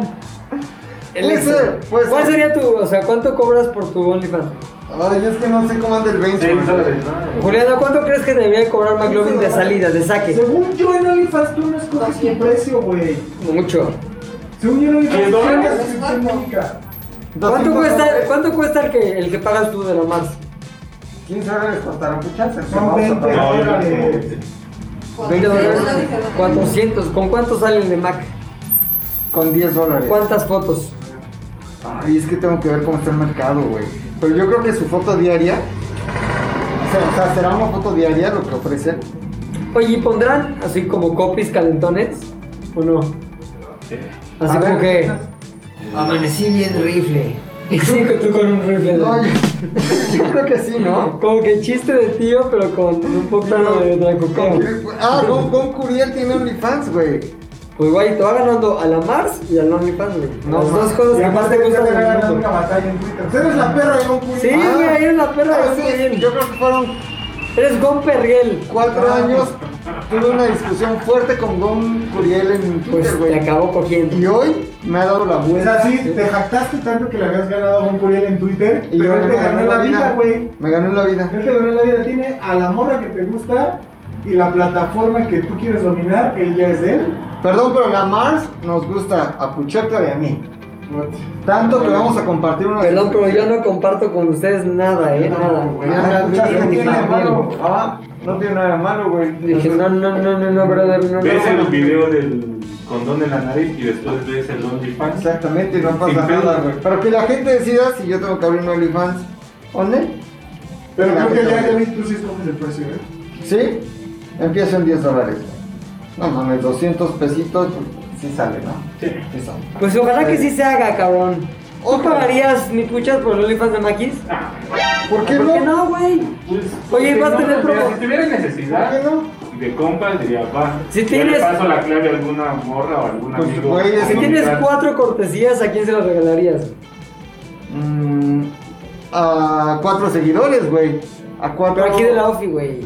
Puede
extra.
ser, puede
¿Cuál
ser.
sería tu, o sea, cuánto cobras por tu OnlyFans?
Ay, es que no sé cómo anda el benchmark.
Juliana, ¿cuánto crees que debería cobrar McLovin de salida, de saque?
Según yo en OnlyFans tú no escoges tu precio, güey.
Mucho.
Según yo en OnlyFans
¿Quién
tú
dólares?
pagas suscripción única.
¿Cuánto cuesta, ¿cuánto cuesta el, que, el que pagas tú de la Mars?
15 dólares cortaron puchas.
Son 20 dólares.
20 dólares. 400. ¿Con cuánto salen de Mac?
Con 10 dólares.
¿Cuántas fotos?
Ay, es que tengo que ver cómo está el mercado, güey. Pero yo creo que su foto diaria. O sea, o sea, será una foto diaria lo que ofrecen.
Oye, ¿y pondrán así como copies calentones? ¿O no? Así
A
como
ver.
que. Amanecí bien rifle. Y *laughs* sí, que tú con un rifle.
No, yo, *laughs* yo creo que sí, ¿no?
Como que chiste de tío, pero con un poquito de dracocón.
Ah, Gon, Gon Curiel tiene OnlyFans, güey.
Pues guay, te va ganando a la Mars y al OnlyFans, güey.
No,
Las
ma.
dos cosas
Y
que más
aparte
te
ya
gustan
te
del
ganaron una
mundo.
batalla en Twitter. Eres la perra de Gon Curiel.
Sí,
Ah.
güey, eres la perra.
Ah,
Gon
sí,
Curiel.
yo creo que fueron
Eres Gon Perriel.
cuatro años. Tuve una discusión fuerte con Gon Curiel en Twitter,
Pues
güey.
te acabó cogiendo.
Y hoy me ha dado la
O
vuelta.
sea, sí, te jactaste tanto que le habías ganado a Gon Curiel en Twitter.
Y
pero
yo
él
me
te ganó la vida, güey.
Me ganó la vida.
Él te ganó la vida. Tiene a la morra que te gusta y la plataforma que tú quieres dominar, él ya es de él.
Perdón, pero la Mars nos gusta a Puchecla y a mí. Tanto que vamos a compartir una.
Perdón, pero yo no comparto con ustedes nada, eh, nada.
Ah,
Nada, ni-
Puchecla
ni
tiene nada de malo.
familia.
Ah, no tiene nada de malo, güey.
Dije, no, no, no, no, no, brother, no,
Ves
no.
el video del condón en la nariz y después ves el OnlyFans.
Exactamente, no
Sin
pasa
pedo.
nada, güey. Pero que la gente decida si yo tengo que abrir un OnlyFans o no.
Pero
La
creo que ya,
neta,
ya
güey.
vi, tú sí escoges el precio, ¿eh?
¿Sí? Empieza en 10 dólares. No mames, 200 pesitos, pues, sí sale, ¿no? Sí. sale.
Pues ojalá que sí se haga, cabrón. ¿Tú pagarías mi puchas por el OnlyFans de Maquis?
¿Por qué
¿Por qué
no?
no, güey?
pues,
Oye, vas a tener
Mira,
promo.
Si tuviera
¿Por
necesidad
qué no?
de compras, diría, va.
Si
yo
tienes-
le paso la clave a alguna morra o algún
Pues,
amigo.
güey, es
Si
que
tienes
Tal.
cuatro cortesías, ¿a quién se las regalarías?
Mm, a cuatro seguidores, güey. A cuatro.
Pero aquí de la ofi, güey.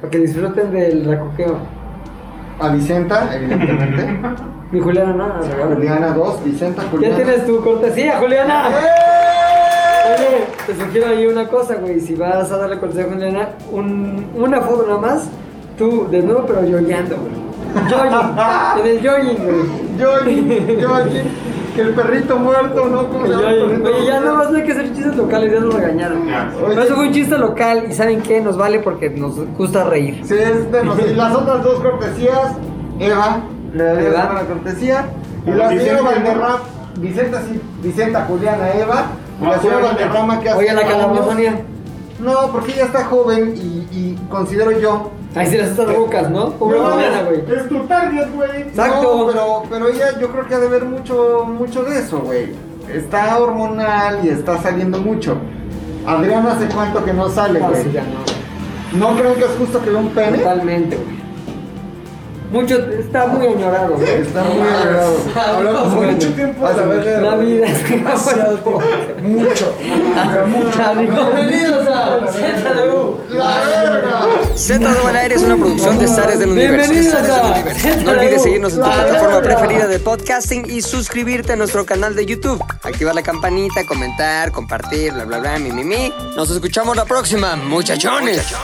Para que disfruten del racoqueo.
A Vicenta, evidentemente.
Mi Juliana, nada, regálame.
Juliana 2, Vicenta, pues
Ya
Juliana.
tienes tu cortesía, Juliana. Oye, te sugiero ahí una cosa, güey. Si vas a darle cortesía a Juliana, un- una foto nada más, tú desnudo, pero yoyando, güey. *laughs* Jogging, en el jogging, güey.
Johnny, Johnny, que el perrito muerto, ¿no? ¿Cómo
El
se llama el
jogging.
perrito
Oye, ya
muerto?
nada más no hay que hacer chistes locales, ya nos regañaron. Pero eso fue un chiste local y ¿saben qué? Nos vale porque nos gusta reír.
Sí, es de los- y las otras dos cortesías, Eva, le daría
Eva.
una cortesía. Y
A
la señora
Vicenta, ¿no?
Valderrama, Vicenta, sí, Vicenta, Juliana, Eva. Y la señora
Ah, Juliana.
Valderrama que hace.
Oye, la
años-
calamonia.
No, porque ella está joven y, y considero yo.
Ahí se las estas bocas, ¿no? Pobre
No,
Juliana, güey.
Es tu target, güey.
Exacto.
No, pero, pero ella yo creo que ha de ver mucho, mucho de eso, güey. Está hormonal y está saliendo mucho. Adriana hace cuánto que no sale,
Ah,
güey.
sí, ya no.
¿No creen que es justo que vea un pene?
Totalmente, güey. Mucho, está muy añorado, güey.
Está muy agradable.
Hablamos
güey.
mucho tiempo de
Pásame.
la verga.
La vida es
Demasiado tiempo. Mucho. mucho.
Bienvenidos a ZDU.
¡La verga!
Z2 al aire es una producción de Zares del Universo.
Bienvenidos
Zares
a
del Universo. No olvides seguirnos en tu
La
plataforma
Verga.
preferida de podcasting y suscribirte a nuestro canal de YouTube. Activar la campanita, comentar, compartir, bla, bla, bla, mi, mi, mi. Nos escuchamos la próxima, muchachones.